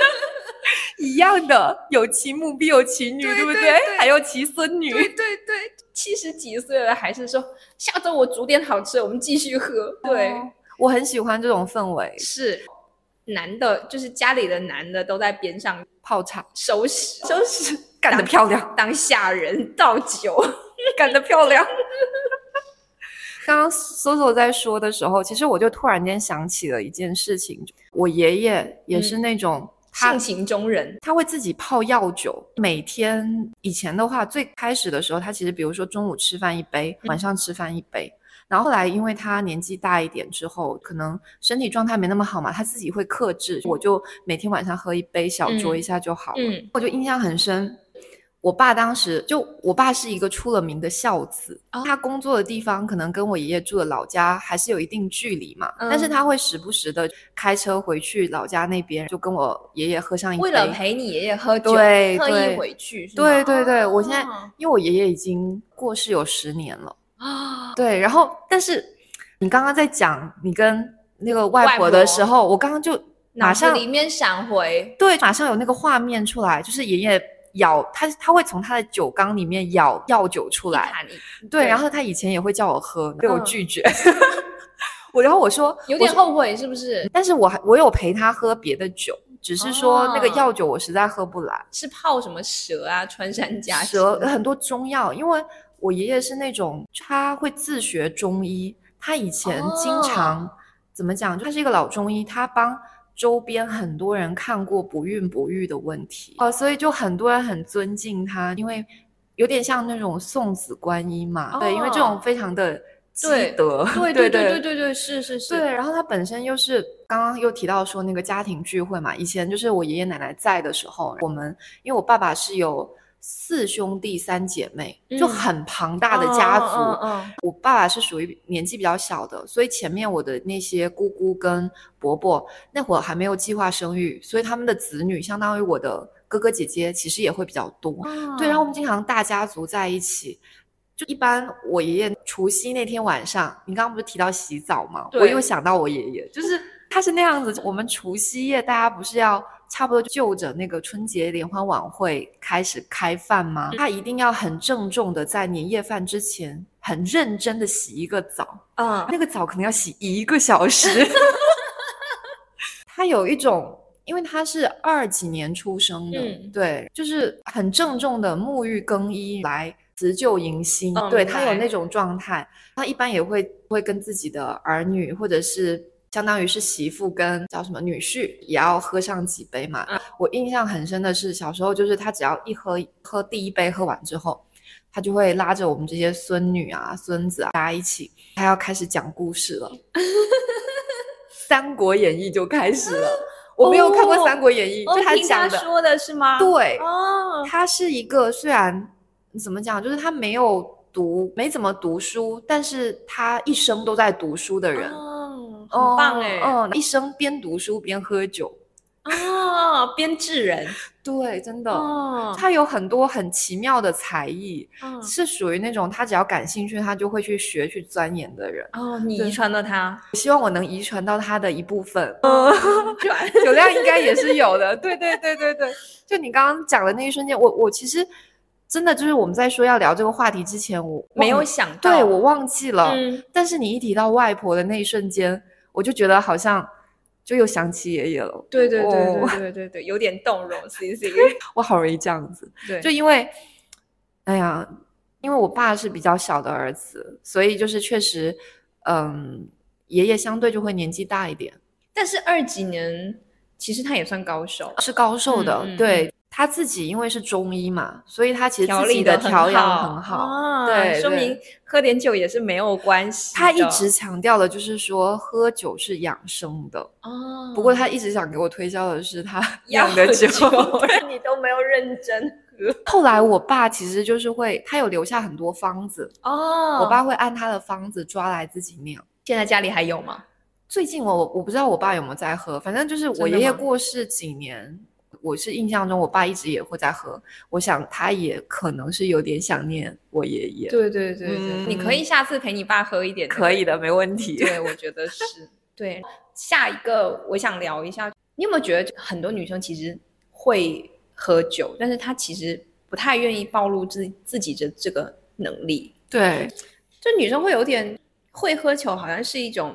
一样的，有其母必有其女，
对
不
对对
还有其孙女。
对对对，七十几岁了，还是说下周我煮点好吃的，我们继续喝。对，
哦我很喜欢这种氛围，
是男的，就是家里的男的都在边上
泡茶
收拾收拾，
干得
当
漂亮，
当下人倒酒。
干得漂亮。刚刚搜索在说的时候，其实我就突然间想起了一件事情，我爷爷也
嗯
是那种、他
性情中人，
他会自己泡药酒，每天以前的话，最开始的时候，他其实比如说中午吃饭一杯，
嗯
晚上吃饭一杯。然后后来，因为他年纪大一点之后，可能身体状态没那么好嘛，他自己会克制。我就每天晚上喝一杯，小酌一下就好了。
嗯
我就印象很深。我爸当时就，我爸是一个出了名的孝子，
哦
他工作的地方可能跟我爷爷住的老家还是有一定距离嘛，
嗯
但是他会时不时的开车回去老家那边，就跟我爷爷喝上一杯。
为了陪你爷爷喝酒，
对
特意
对
回去。是
对
吗
对对，我现在
啊
因为我爷爷已经过世有十年了，
啊，
对，然后但是你刚刚在讲你跟那个外
外
婆的
婆
时候，我刚刚就马
脑子
上
里面闪回，
对，马上有那个画面出来，就是爷爷舀他他会从他的酒缸里面舀药酒出
一
来，
盘一
对，
对
然后他以前也会叫我喝，被我
嗯
拒绝， 我然后我说
有
我
点
说
后悔是不是？
但是我还我有陪他喝别的酒，只是说那个
哦
药酒我实在喝不来。
是泡什么蛇啊、穿山甲之
蛇
类的
很多中药，因为我爷爷是那种他会自学中医，他以前经
哦
常、怎么讲，就他是一个老中医，他帮周边很多人看过不孕不育的问题，哦，所以就很多人很尊敬他，因为有点像那种送子观音嘛，对，因为这种
哦
非常的积
对
德，
对
对
对对对对对，是是是，
对，然后他本身又是刚刚又提到说那个家庭聚会嘛，以前就是我爷爷奶奶在的时候，我们因为我爸爸是有四兄弟三姐妹，就
嗯
很庞大的家族。
嗯嗯嗯
我爸爸是属于年纪比较小的，所以前面我的那些姑姑跟伯伯那会儿还没有计划生育，所以他们的子女相当于我的哥哥姐姐其实也会比较多。
啊
对，然后我们经常大家族在一起。就一般，我爷爷除夕那天晚上，你刚刚不是提到洗澡吗？我
对
又想到我爷爷，就是他是那样子。我们除夕夜大家不是要差不多就着那个春节联欢晚会开始开饭吗？他一定要很郑重的在年夜饭之前，很认真的洗一个澡。
嗯，
那个澡可能要洗一个小时。 他有一种，因为他是二几年出生的，
嗯
对，就是很郑重的沐浴更衣来辞旧迎新，
嗯
对他有
明白
那种状态。他一般也会会跟自己的儿女或者是。相当于是媳妇跟叫什么女婿也要喝上几杯嘛。
嗯
我印象很深的是，小时候就是他只要一喝喝第一杯，喝完之后，他就会拉着我们这些孙女啊、孙子啊，大家一起，他要开始讲故事了，《三国演义》就开始了。我没有看过
哦
《三国演义》
哦
就他
听他
讲的，
说的是吗？，
对，
哦，
他是一个虽然怎么讲，就是他没有读，没怎么读书，但是他一生都在读书的人，
哦，
哦
很棒哎，
嗯，一生边读书边喝酒，
哦，编制人，
对，真的。
哦，
他有很多很奇妙的才艺，
嗯
是属于那种他只要感兴趣，他就会去学、去钻研的人。
哦，你
对
遗传了他，
希望我能遗传到他的一部分。
嗯遗传，
酒量应该也是有的。对对对对对，就你刚刚讲的那一瞬间，我我其实真的就是我们在说要聊这个话题之前，我忘
没有想到，
对我忘记了、
嗯，
但是你一提到外婆的那一瞬间，我就觉得好像就又想起爷爷了。
对对对
哦
对对对对，有点动容，C C，
我好容易这样子，
对，
就因为，哎呀，因为我爸是比较小的儿子，所以就是确实，嗯，爷爷相对就会年纪大一点。
但是二几年其实他也算高手，
是高寿的，
嗯嗯
对他自己因为是中医嘛，所以他其实
调
自己
理
的
得
调养
很
很好。
啊
对
说
对
明喝点酒也是没有关系的。
他一直强调的就是说，喝酒是养生的。
哦，
不过他一直想给我推销的是 他
养
酿的
酒
酒。
你都没有认真喝
后来我爸其实就是会，他有留下很多方子，
哦
我爸会按他的方子抓来自己酿。
现在家里还有吗？
最近我我不知道我爸有没有在喝，反正就是
真
我
的
爷爷
吗
过世几年，我是印象中我爸一直也会在喝。我想他也可能是有点想念我爷爷。
对对对对，
嗯
你可以下次陪你爸喝一点。
可以的，。没问题。
对，我觉得是。对，下一个我想聊一下，你有没有觉得很多女生其实会喝酒，但是她其实不太愿意暴露自自己的这个能力，
对，
就女生会有点会喝酒，好像是一种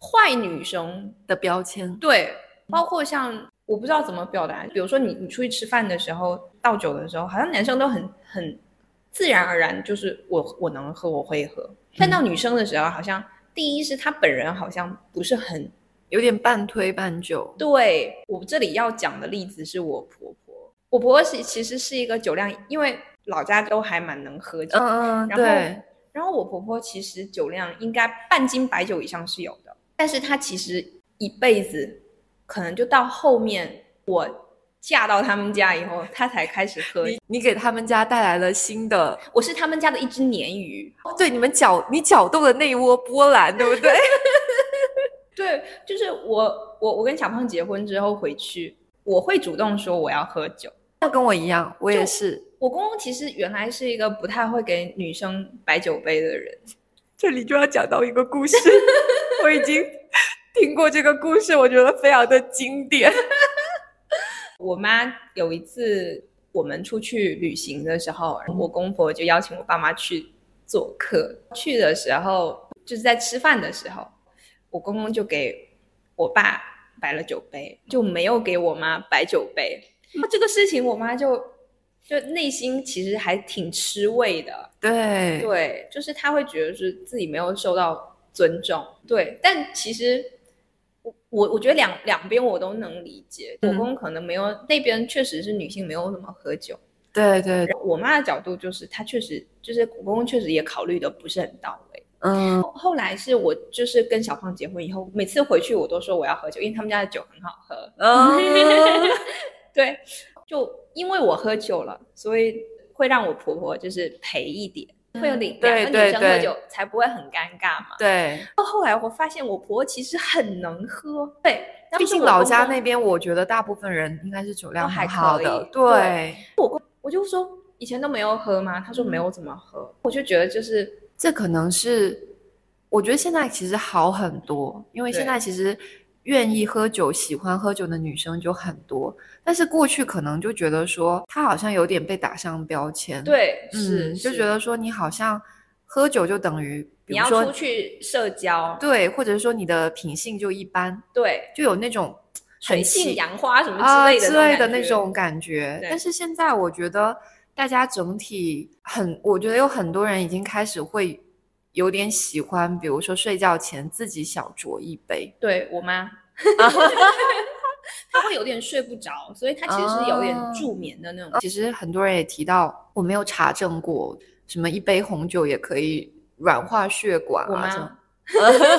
坏女生。
的标签，
对，包括像我不知道怎么表达，比如说你你出去吃饭的时候倒酒的时候，好像男生都很很自然而然，就是我我能喝我会喝，但到女生的时候，好像第一是她本人好像不是很
有点半推半就。
对我这里要讲的例子是我婆婆，我婆婆是其实是一个酒量，因为老家都还蛮能喝酒，
嗯嗯，
然后
对，
然后我婆婆其实酒量应该半斤白酒以上是有的，但是她其实一辈子可能就到后面我嫁到他们家以后，她才开始喝。
你你给他们家带来了新的，
我是他们家的一只鲶鱼，
哦对你们搅你搅动的那一窝波澜，对不对？
对，就是我我我跟小胖结婚之后回去，我会主动说我要喝酒。
那跟我一样，我也是。
我公公其实原来是一个不太会给女生摆酒杯的人，
这里就要讲到一个故事， 我已经听过这个故事，我觉得非常的经典。
我妈有一次我们出去旅行的时候，我公婆就邀请我爸妈去做客。去的时候就是在吃饭的时候，我公公就给我爸摆了酒杯，就没有给我妈摆酒杯。这个事情，我妈就就内心其实还挺吃味的。
对，
对，就是他会觉得是自己没有受到尊重，对。但其实我我我觉得两两边我都能理解，我
嗯
公可能没有那边确实是女性没有怎么喝酒，
对对，
然后我妈的角度就是她确实就是我公公确实也考虑的不是很到位。
嗯，
后后来是我就是跟小胖结婚以后，每次回去我都说我要喝酒，因为他们家的酒很好喝。
嗯
对，就因为我喝酒了，所以会让我婆婆就是陪一点，会有点
嗯对
两个
对
女生喝
对
酒才不会很尴尬嘛。
对，
到后来我发现我婆婆其实很能喝，对但
毕
是
竟
我
老
公
家
公
那边，我觉得大部分人应该是酒量
还
很
可
好的
以。
对，
我就说以前都没有喝吗？他说
嗯
没有怎么喝，我就觉得就是
这可能是我觉得现在其实好很多，因为现
对
在其实愿意喝酒、喜欢喝酒的女生就很多，但是过去可能就觉得说她好像有点被打上标签，，
对，
嗯，
是
就觉
是
得说你好像喝酒就等于，比
你
如
要
说
出去社交，
对，或者说你的品性就一般，
对，
就有那种
水
很
性
奇
杨花什么
啊
之类的
之类的
感
那
觉
种感觉。
对
但是现在我觉得大家整体很，我觉得有很多人已经开始会有点喜欢，比如说睡觉前自己小酌一杯。
对我 妈，她会有点睡不着，所以她其实是有点
哦
助眠的那种。
其实很多人也提到，我没有查证过，什么一杯红酒也可以软化血管
我
啊
妈
这种。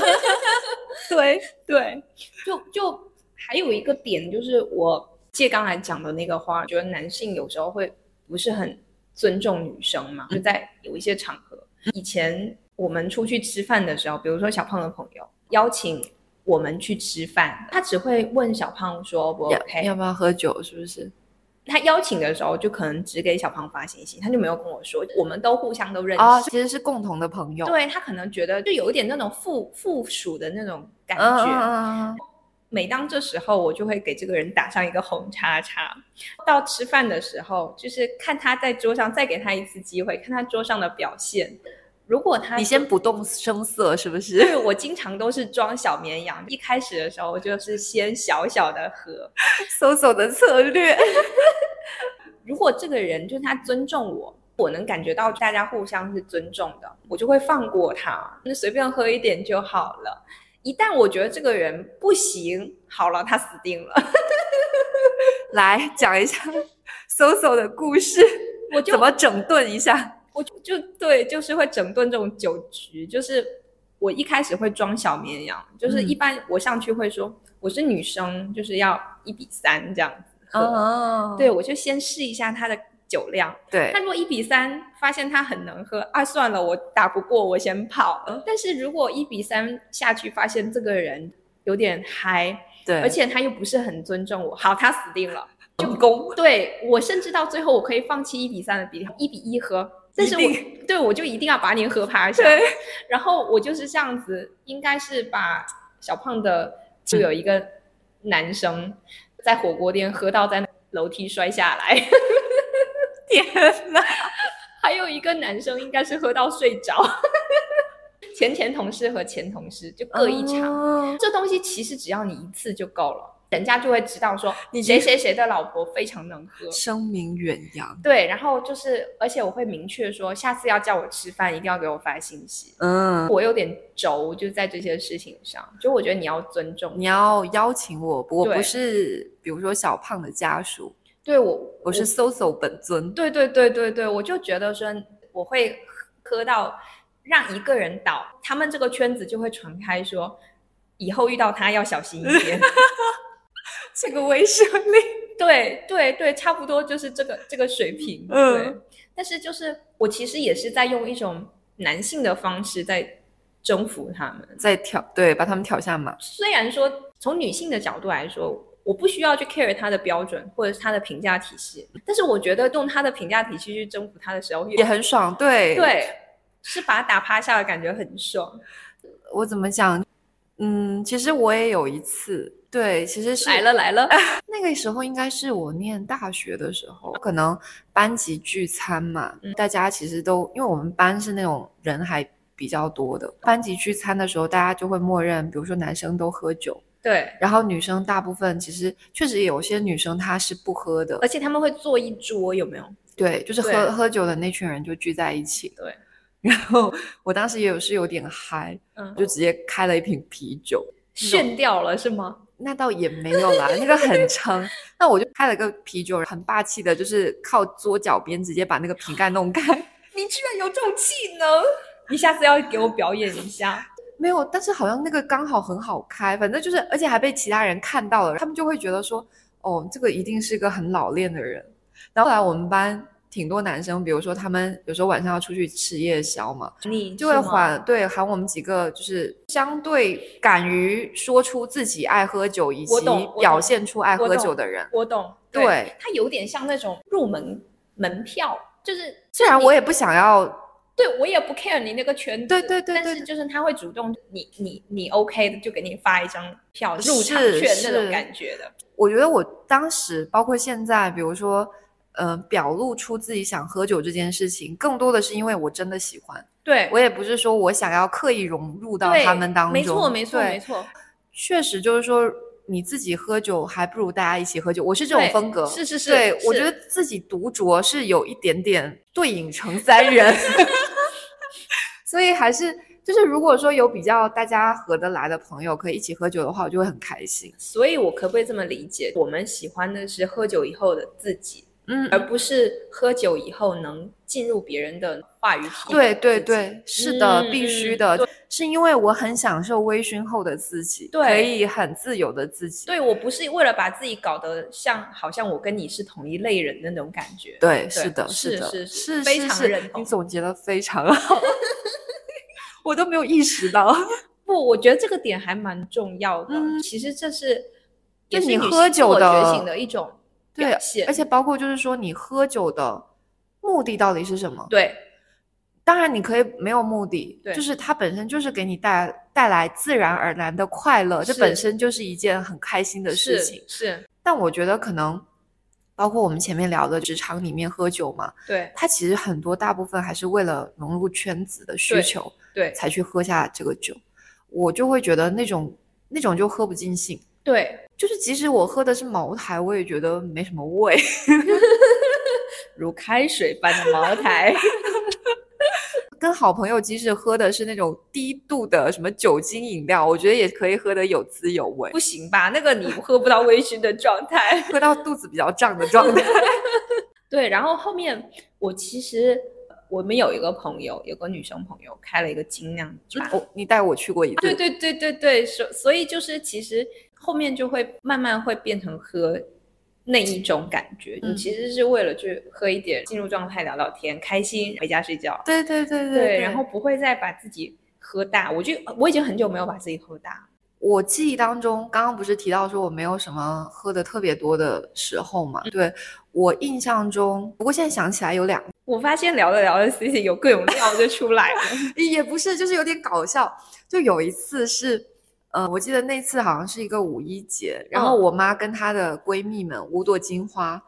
对对，就就还有一个点就是我借刚才讲的那个话，觉得男性有时候会不是很尊重女生嘛，就在有一些场合，以前我们出去吃饭的时候，比如说小胖的朋友邀请。我们去吃饭，他只会问小胖说 “O 不 OK”，
要要不要喝酒？是不是？
他邀请的时候就可能只给小胖发信息，他就没有跟我说，我们都互相都认识。
啊、其实是共同的朋友。
对他可能觉得就有一点那种附附属的那种感
嗯，
觉。
嗯嗯嗯
每当这时候，我就会给这个人打上一个红叉叉。到吃饭的时候，就是看他在桌上，再给他一次机会，看他桌上的表现。如果他
嗯，你先不动声色，是不是？
对我经常都是装小绵羊，一开始的时候我就是先小小的喝，
搜索的策略。
如果这个人就是他尊重我，我能感觉到大家互相是尊重的，我就会放过他，那随便喝一点就好了。一旦我觉得这个人不行，好了，他死定了，
来讲一下 Soso 的故事，
我就
怎么整顿一下。
我就就对，就是会整顿这种酒局，就是我一开始会装小绵羊，就是
嗯
一般我上去会说我是女生，就是要一比三这样子喝，
哦
对我就先试一下他的酒量。
对
那，如果一比三发现他很能喝啊，算了，我打不过，我先跑了。但是如果一比三下去，发现这个人有点嗨，
对，
而且他又不是很尊重我，好，他死 定了，就攻。对我甚至到最后，我可以放弃一比三的比例，一比一喝。但是我
一
对我就一定要把你喝趴下，
对，
然后我就是这样子，应该是把小胖
嗯
的就有一个男生在火锅店喝到在楼梯摔下来。
天呐，
还有一个男生应该是喝到睡着， 前前同事和前同事就各一场。
场。
这东西其实只要你一次就够了，人家就会知道说你谁谁谁的老婆非常能喝。
声名远扬。
对，然后就是，而且我会明确说，下次要叫我吃饭，一定要给我发信息。
嗯，
我有点轴，就在这些事情上，就我觉得你要尊重
你要邀请我，我
对
不是比如说小胖的家属，
对我，
我是 Soso 本尊。
对对对对对，我就觉得说我会喝到让一个人倒，他们这个圈子就会传开说，以后遇到他要小心一点。
这个威慑力，
对对对，差不多就是这个这个水平。
嗯
对，但是就是我其实也是在用一种男性的方式在征服他们。
再挑对，把他们挑下马。
虽然说从女性的角度来说，我不需要去 care 他的标准或者是他的评价体系，但是我觉得用他的评价体系去征服他的时候，
也很爽，对，
对，是把他打趴下的感觉很爽，
我怎么讲？嗯，其实我也有一次，对，其实是
来了来了，
那个时候应该是我念大学的时候，可能班级聚餐嘛，
嗯
大家其实都因为我们班是那种人还比较多的，班级聚餐的时候，大家就会默认，比如说男生都喝酒，
对，
然后女生大部分其实确实有些女生她是不喝的
而，且他们会坐一桌，有没有？
对，就是
对
喝喝酒的那群人就聚在一起，
对。
然后我当时也有是有点嗨，
嗯，
就直接开了一瓶啤酒，
炫掉了是吗？
那倒也没有啦，那个很撑。那我就开了个啤酒，很霸气的，就是靠桌脚边直接把那个瓶盖弄开。
你居然有这种技能，你下次要给我表演一下。
没有，但是好像那个刚好很好开，反正就是，而且还被其他人看到了，他们就会觉得说，哦，这个一定是个很老练的人。然后后来我们班挺多男生，比如说他们有时候晚上要出去吃夜宵嘛，
你
就会
还
喊对喊我们几个，就是相对敢于说出自己爱喝酒以
我
及
懂我
表
懂
现出爱
我
喝
懂
酒的人。
我懂，
对
它有点像那种入门门票，就是
虽然我也不想要，
对我也不 care 你那个圈子，
对对对
但
对
是
对
就是他会主动，你你你 OK 的就给你发一张票入场
是
券那种
是
感觉的，
我觉得我当时包括现在，比如说，呃，表露出自己想喝酒这件事情，更多的是因为我真的喜欢，
对，
我也不是说我想要刻意融入到
对
他们当中。
没错没错
对
没错，
确实就是说你自己喝酒还不如大家一起喝酒，我是这种
对
风格。
是是是，
对，我
是
觉得自己独酌是有一点点对影成三人， 所以还是就是如果说有比较大家合得来的朋友可以一起喝酒的话，我就会很开心。
所以我可不可以这么理解？我们喜欢的是喝酒以后的自己，
嗯，
而不是喝酒以后能进入别人的话语体。
对对，对，是的，必须
嗯
的，是因为我很享受微醺后的自己，可
对
以很自由的自己。
对我不是为了把自己搞得像好像我跟你是同一类人的那种感觉。
对，
对
是的，
是
的，
是
是
是非常
是
认同
你总结的非 常好， 我都没有意识到。
不，我觉得这个点还蛮重要的。
嗯
其实这是也
对
是
你
女性
喝
自我
酒的
觉醒的一种
对
表，现
而。且包括就是说，你喝酒的目的到底是什么？
对
当然，你可以没有目的，
对
就是它本身就是给你带带来自然而然的快乐，这本
是
身就是一件很开心的事情
是。是，
但我觉得可能包括我们前面聊的职场里面喝酒嘛，
对
它其实很多大部分还是为了融入圈子的需
对
求
对
才去喝下这个酒，我就会觉得那种那种就喝不尽兴。
对。
就是即使我喝的是茅台，我也觉得没什么味。
如开水般的茅台，
跟好朋友即使喝的是那种低度的什么酒精饮料，我觉得也可以喝得有滋有味
不，行吧？那个你喝不到微醺的状态。
喝到肚子比较胀的状态。
对，然后后面我其实呃我们有一个朋友，有个女生朋友开了一个精酿吧，
哦，你带我去过一次，
啊对对对对对，所所以就是其实后面就会慢慢会变成喝那一种感觉，你
嗯
其实是为了去喝一点进入状态聊聊天，开心回家睡觉，
对对对对
然后不会再把自己喝大。我就我已经很久没有把自己喝大，
我记忆当中，刚刚不是提到说我没有什么喝的特别多的时候
嗯
嘛？对我印象中，不过现在想起来有两，
我发现聊着聊着 C C 有各种 料就出来了，
也不是，就是有点搞笑。就有一次是，呃，我记得那次好像是一个五一节，然后
嗯
我妈跟她的闺蜜们五朵金花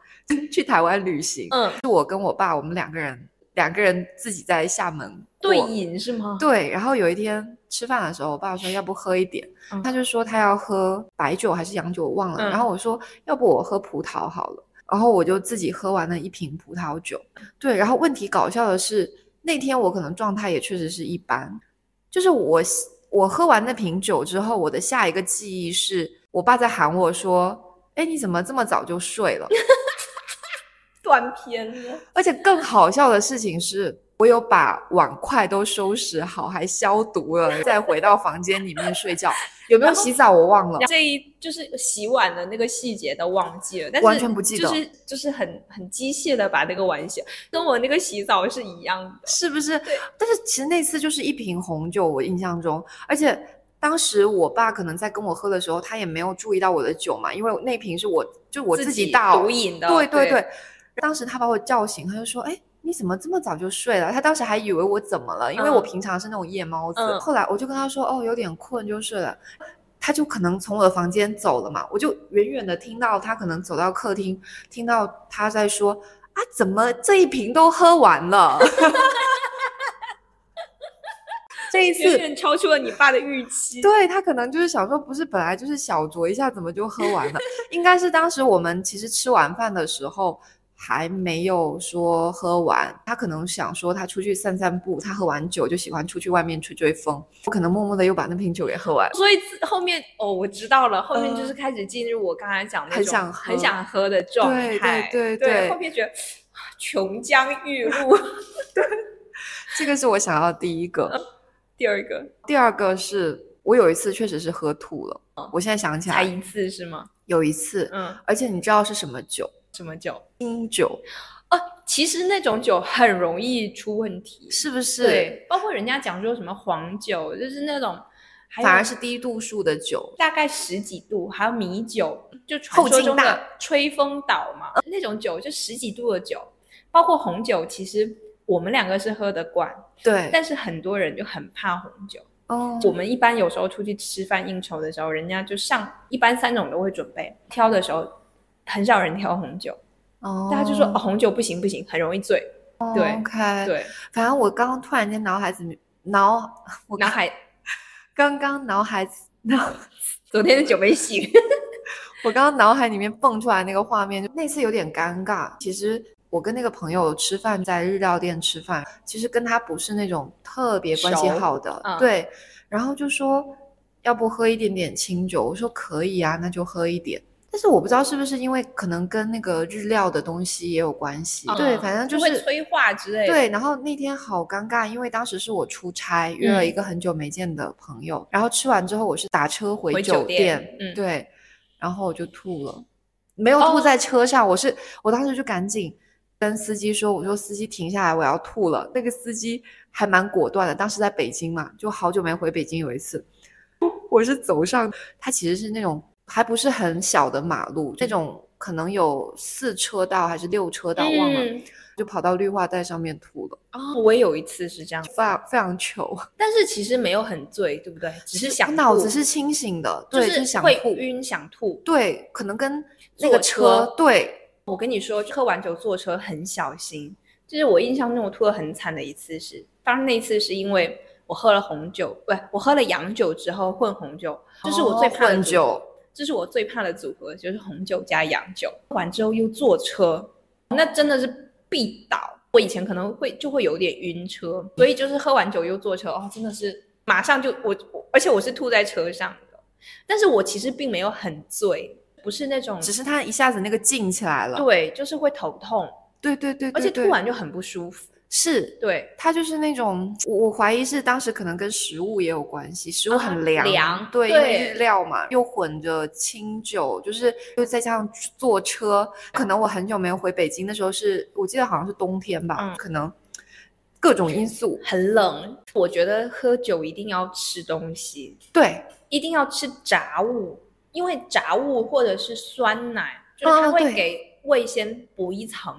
去台湾旅行，
嗯，
是我跟我爸我们两个人，两个人自己在厦门
对
过
饮是吗？
对，然后有一天吃饭的时候，我爸说要不喝一点，
嗯
他就说他要喝白酒还是洋酒，我忘了。
嗯
然后我说要不我喝葡萄好了，然后我就自己喝完了一瓶葡萄酒。对，然后问题搞笑的是，那天我可能状态也确实是一般，就是我我喝完那瓶酒之后，我的下一个记忆是我爸在喊我说：“哎，你怎么这么早就睡了？”
断片了，
而且更好笑的事情是，我有把碗筷都收拾好，还消毒了，再回到房间里面 睡觉。有没有洗澡我忘了。
这一就是洗碗的那个细节都忘记了，但是
完全不记得
就是就是很很机械的把那个碗洗，跟我那个洗澡是一样的。
是不是
对？
但是其实那次就是一瓶红酒，我印象中，而且当时我爸可能在跟我喝的时候，他也没有注意到我的酒嘛，因为那瓶是我就我自己倒，
毒瘾的，
对
对
对对，当时他把我叫醒，他就说：“哎，你怎么这么早就睡了？”他当时还以为我怎么了，因为我
嗯
平常是那种夜猫子。
嗯
后来我就跟他说：“哦，有点困就睡了。”他就可能从我的房间走了嘛，我就远远的听到他可能走到客厅，听到他在说：“啊，怎么这一瓶都喝完了？”这一次
远远超出了你爸的预期。
对他可能就是想说，不是本来就是小酌一下，怎么就喝完了？应该是当时我们其实吃完饭的时候还没有说喝完，他可能想说他出去散散步，他喝完酒就喜欢出去外面吹吹风，我可能默默的又把那瓶酒给喝完。
所以自后面哦，我知道了，后面就是开始进入我刚才讲
嗯
的
很想喝
很想喝的状态，
对对
对
对对
后面觉得啊琼浆玉露。
这个是我想要的第一
嗯
个，
第二 个
第二个是我有一次确实是喝吐了，我现在想起来
才一次是吗？
有一次，
嗯，
而且你知道是什么酒？
什么酒？
金酒，
啊、哦，其实那种酒很容易出问题，
是不是？
对，包括人家讲究什么黄酒，就是那种还有
反而是低度数的酒，
大概十几度，还有米酒，就
后
传说
劲
中的
大
吹风岛嘛，那种酒就十几度的酒，包括红酒，其实我们两个是喝得惯，
对，
但是很多人就很怕红酒。
哦，
我们一般有时候出去吃饭应酬的时候，人家就上一般三种都会准备，挑的时候很少人挑红酒，
哦
大家就说、哦、红酒不行不行，很容易醉。对
OK，
对，
反正我刚刚突然间脑海子脑，我
脑
刚
海
刚刚脑海子脑，
昨天的酒没醒，
我刚刚脑海里面蹦出来那个画面，就那次有点尴尬。其实我跟那个朋友吃饭，在日料店吃饭，其实跟他不是那种特别关系
熟
好的，
嗯
对。然后就说要不喝一点点清酒，我说可以啊，那就喝一点。但是我不知道是不是因为可能跟那个日料的东西也有关系，对，
嗯
反正就
会
是
催化之类的。
对，然后那天好尴尬，因为当时是我出差，约了一
嗯
个很久没见的朋友，然后吃完之后我是打车回
回
酒
酒店嗯
对，然后我就吐了，没有
哦
吐在车上，我是我当时就赶紧跟司机说，我说司机停下来，我要吐了。那个司机还蛮果断的，当时在北京嘛，就好久没回北京，有一次，我是走上，它其实是那种还不是很小的马路，那种可能有四车道还是六车道，忘了。
嗯
就跑到绿化带上面吐了，
哦，我也有一次是这样，
非常非常糗。
但是其实没有很醉，对不对？只是想
我脑子
吐
是清醒的，
就
对，就是想
会
吐，
晕想吐。
对，可能跟那个
坐车
对，
我跟你说，喝完酒坐车很小心。就是我印象中我吐得很惨的一次是，当然那一次是因为我喝了红酒，不，我喝了洋酒之后混红酒，这是我最
哦
怕的
混
组合
酒，
这是我最怕的组合，就是红酒加洋酒。喝完之后又坐车，那真的是必倒。我以前可能会就会有点晕车，所以就是喝完酒又坐车，哦，真的是马上就我，我而且我是吐在车上的，但是我其实并没有很醉，不是那种
只是他一下子那个静起来了，
对，就是会头痛，
对对对，
而且
对
突
对
然就很不舒服。
是。
对，
他就是那种，我我怀疑是当时可能跟食物也有关系，食物
啊
很凉，
凉
对，因为
对
日料嘛，又混着清酒，就是又再加上坐车，可能我很久没有回北京，那时候是我记得好像是冬天吧，
嗯
可能各种因素，
很冷。我觉得喝酒一定要吃东西，
对，
一定要吃炸物，因为炸物或者是酸奶，就是
嗯
它
对
会给味先补一层。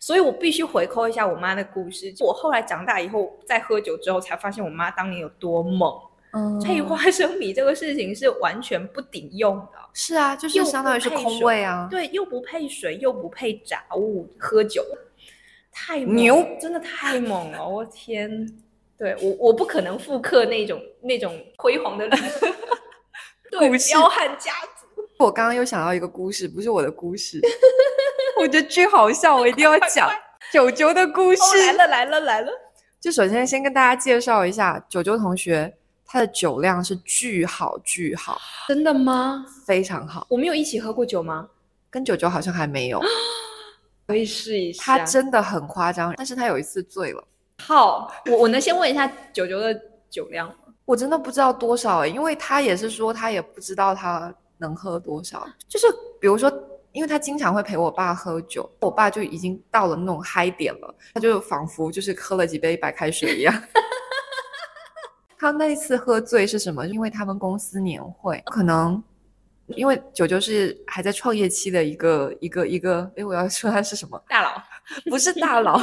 所以我必须回扣一下我妈的故事。我后来长大以后，在喝酒之后才发现我妈当年有多猛。
嗯
配花生米这个事情是完全不顶用的。
是啊，就是
又
相
不
当于是
配
空
水
位啊。
对，又不配水，又不配炸物，喝酒，太猛
牛
了，真的太猛了，我天！对我，我不可能复刻那种那种辉煌的历史 对
故事
彪悍家族，
我刚刚又想到一个故事，不是我的故事， 我觉得巨好笑，我一定要讲九九的故事
哦，。来了来了来了，
就首先先跟大家介绍一下九九同学，他的酒量是巨好巨好，
真的吗？
非常好，
我们有一起喝过酒吗？
跟九九好像还没有，
啊可以试一下。
他真的很夸张。但是他有一次醉了，
好，我我能先问一下九九的酒量吗？
我真的不知道多少欸诶，因为他也是说他也不知道他能喝多少，就是比如说，因为他经常会陪我爸喝酒，我爸就已经到了那种嗨点了，他就仿佛就是喝了几杯白开水一样。 他那一次喝醉是什么？因为他们公司年会，可能因为九九是还在创业期的一个一个一个，哎，我要说他是什么？
大佬，
不是大佬，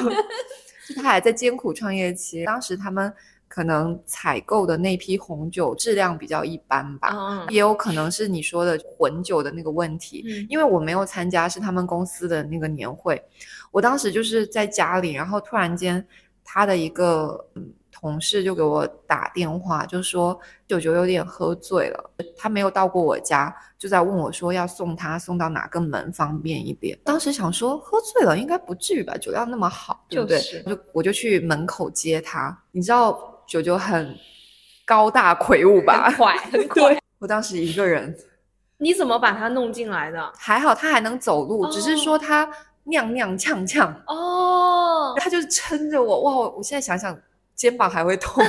是他还在艰苦创业期。当时他们可能采购的那批红酒质量比较一般吧，
嗯
也有可能是你说的混酒的那个问题。
嗯
因为我没有参加是他们公司的那个年会，我当时就是在家里，然后突然间他的一个嗯同事就给我打电话，就说九九有点喝醉了，他没有到过我家，就在问我说要送他送到哪个门方便一点。当时想说喝醉了应该不至于吧，酒量那么好，对不对？
就是
我就我就去门口接他，你知道九九很高大魁梧 吧
很？快很快，
我当时一个人。
你怎么把它弄进来的？
还好他还能走路，只是
哦
说他踉踉跄跄，
哦，
他就撑着我，哇！我现在想想肩膀还会 痛，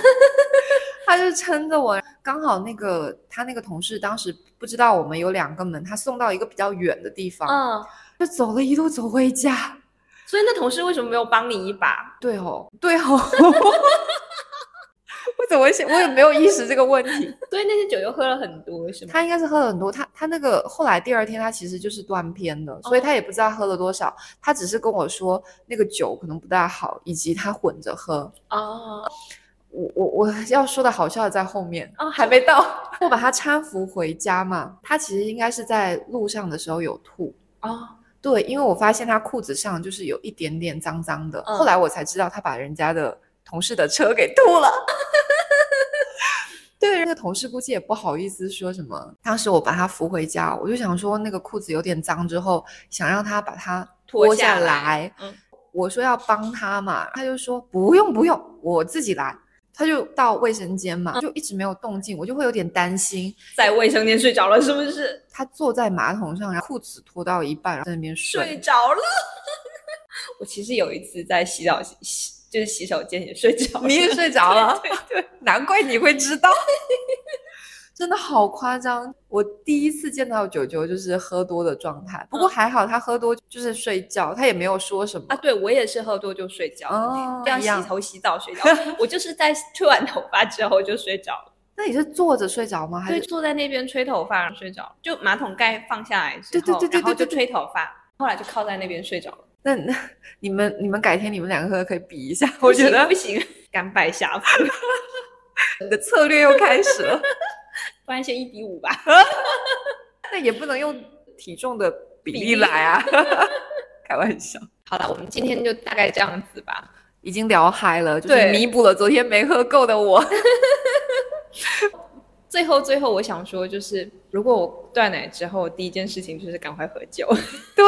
他就撑着我。刚好那个他那个同事当时不知道我们有两个门，他送到一个比较远的地方，
嗯，
就走了一路走回家。
所以那同事为什么没有帮你一把？
对哦，对哦， 我怎么想，我也没有意识这个问题。
所以那些酒又喝了很多，是吗？
他应该是喝了很多，他他那个后来第二天他其实就是断片的，所以他也不知道喝了多少，他只是跟我说那个酒可能不大好，以及他混着喝。
哦
我我我要说的好笑的在后面，
哦，还没到
我把他搀扶回家嘛，他其实应该是在路上的时候有吐。
哦，
对，因为我发现他裤子上就是有一点点脏脏的，
嗯
后来我才知道他把人家的同事的车给吐了。 对，那个同事估计也不好意思说什么。当时我把他扶回家，我就想说那个裤子有点脏，之后想让他把它
脱
脱下
下
来。
嗯
我说要帮他嘛，他就说不用不用，我自己来。他就到卫生间嘛，就一直没有动静，我就会有点担心。
在卫生间睡着了，是不是？
他坐在马桶上，然后裤子脱到一半，然后在那边
睡着了。 我其实有一次在洗澡洗洗，就是洗手间也睡着了，
你也睡着了
对对对
难怪你会知道， 真的好夸张。我第一次见到九九就是喝多的状态，不过
嗯
还好他喝多就是睡觉，他也没有说什么
啊，。对我也是喝多就睡觉的那种，
哦
这样
一样
洗头、洗澡、睡觉。我就是在吹完头发之后就睡着了，
那你是坐着睡着吗？还
对，
是
坐在那边吹头发然后睡着，就马桶盖放下来之
对
后，
对对对
然后
对
就
对
吹头发，后来就靠在那边睡着了。
那那你们你们改天你们两个可以比 一下，
不
我觉
行
得
不行，甘拜 下风，
你的策略又开始了。
不然先一比五吧。
那也不能用体重的比
比
例
例
来啊， 开玩笑。
好了，我们今天就大概这样子吧。
已经聊嗨了，就是
对
弥补了昨天没喝够的我。
最后最后，我想说就是，如果我断奶之后，第一件事情就是赶快喝酒。
对，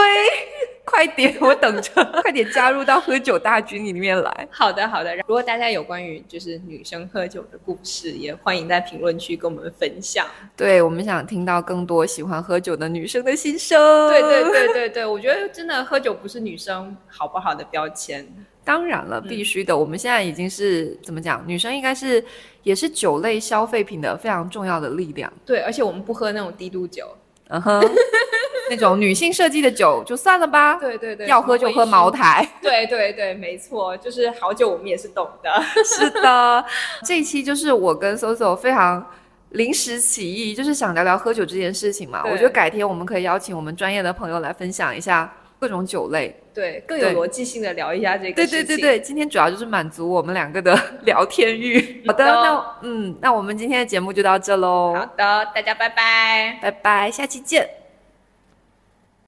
快点，我等着， 快点加入到喝酒大军里面来。
好的好的，如果大家有关于就是女生喝酒的故事，也欢迎在评论区跟我们分享。
对我们想听到更多喜欢喝酒的女生的心声。
对对，对对对，我觉得真的喝酒不是女生好不好的标签。
当然了，必须的。我们现在已经是怎么讲？女生应该是也是酒类消费品的非常重要的力量。
对，而且我们不喝那种低度酒。
嗯 哼，那种女性设计的酒就算了吧，
对对对，
要喝就喝茅。台。
对对对，没错，就是好酒我们也是懂的。
是的，这一期就是我跟 Soso 非常临时起意，就是想聊聊喝酒这件事情嘛。
对
我觉得改天我们可以邀请我们专业的朋友来分享一下各种酒类。
对，更有
对
逻辑性的聊一下这个
对
事
对
情。
对对，今天主要就是满足我们两个的聊天欲。好的，
好的
那嗯，那我们今天的节目就到这喽，
好的，大家拜拜。
拜拜，下期见。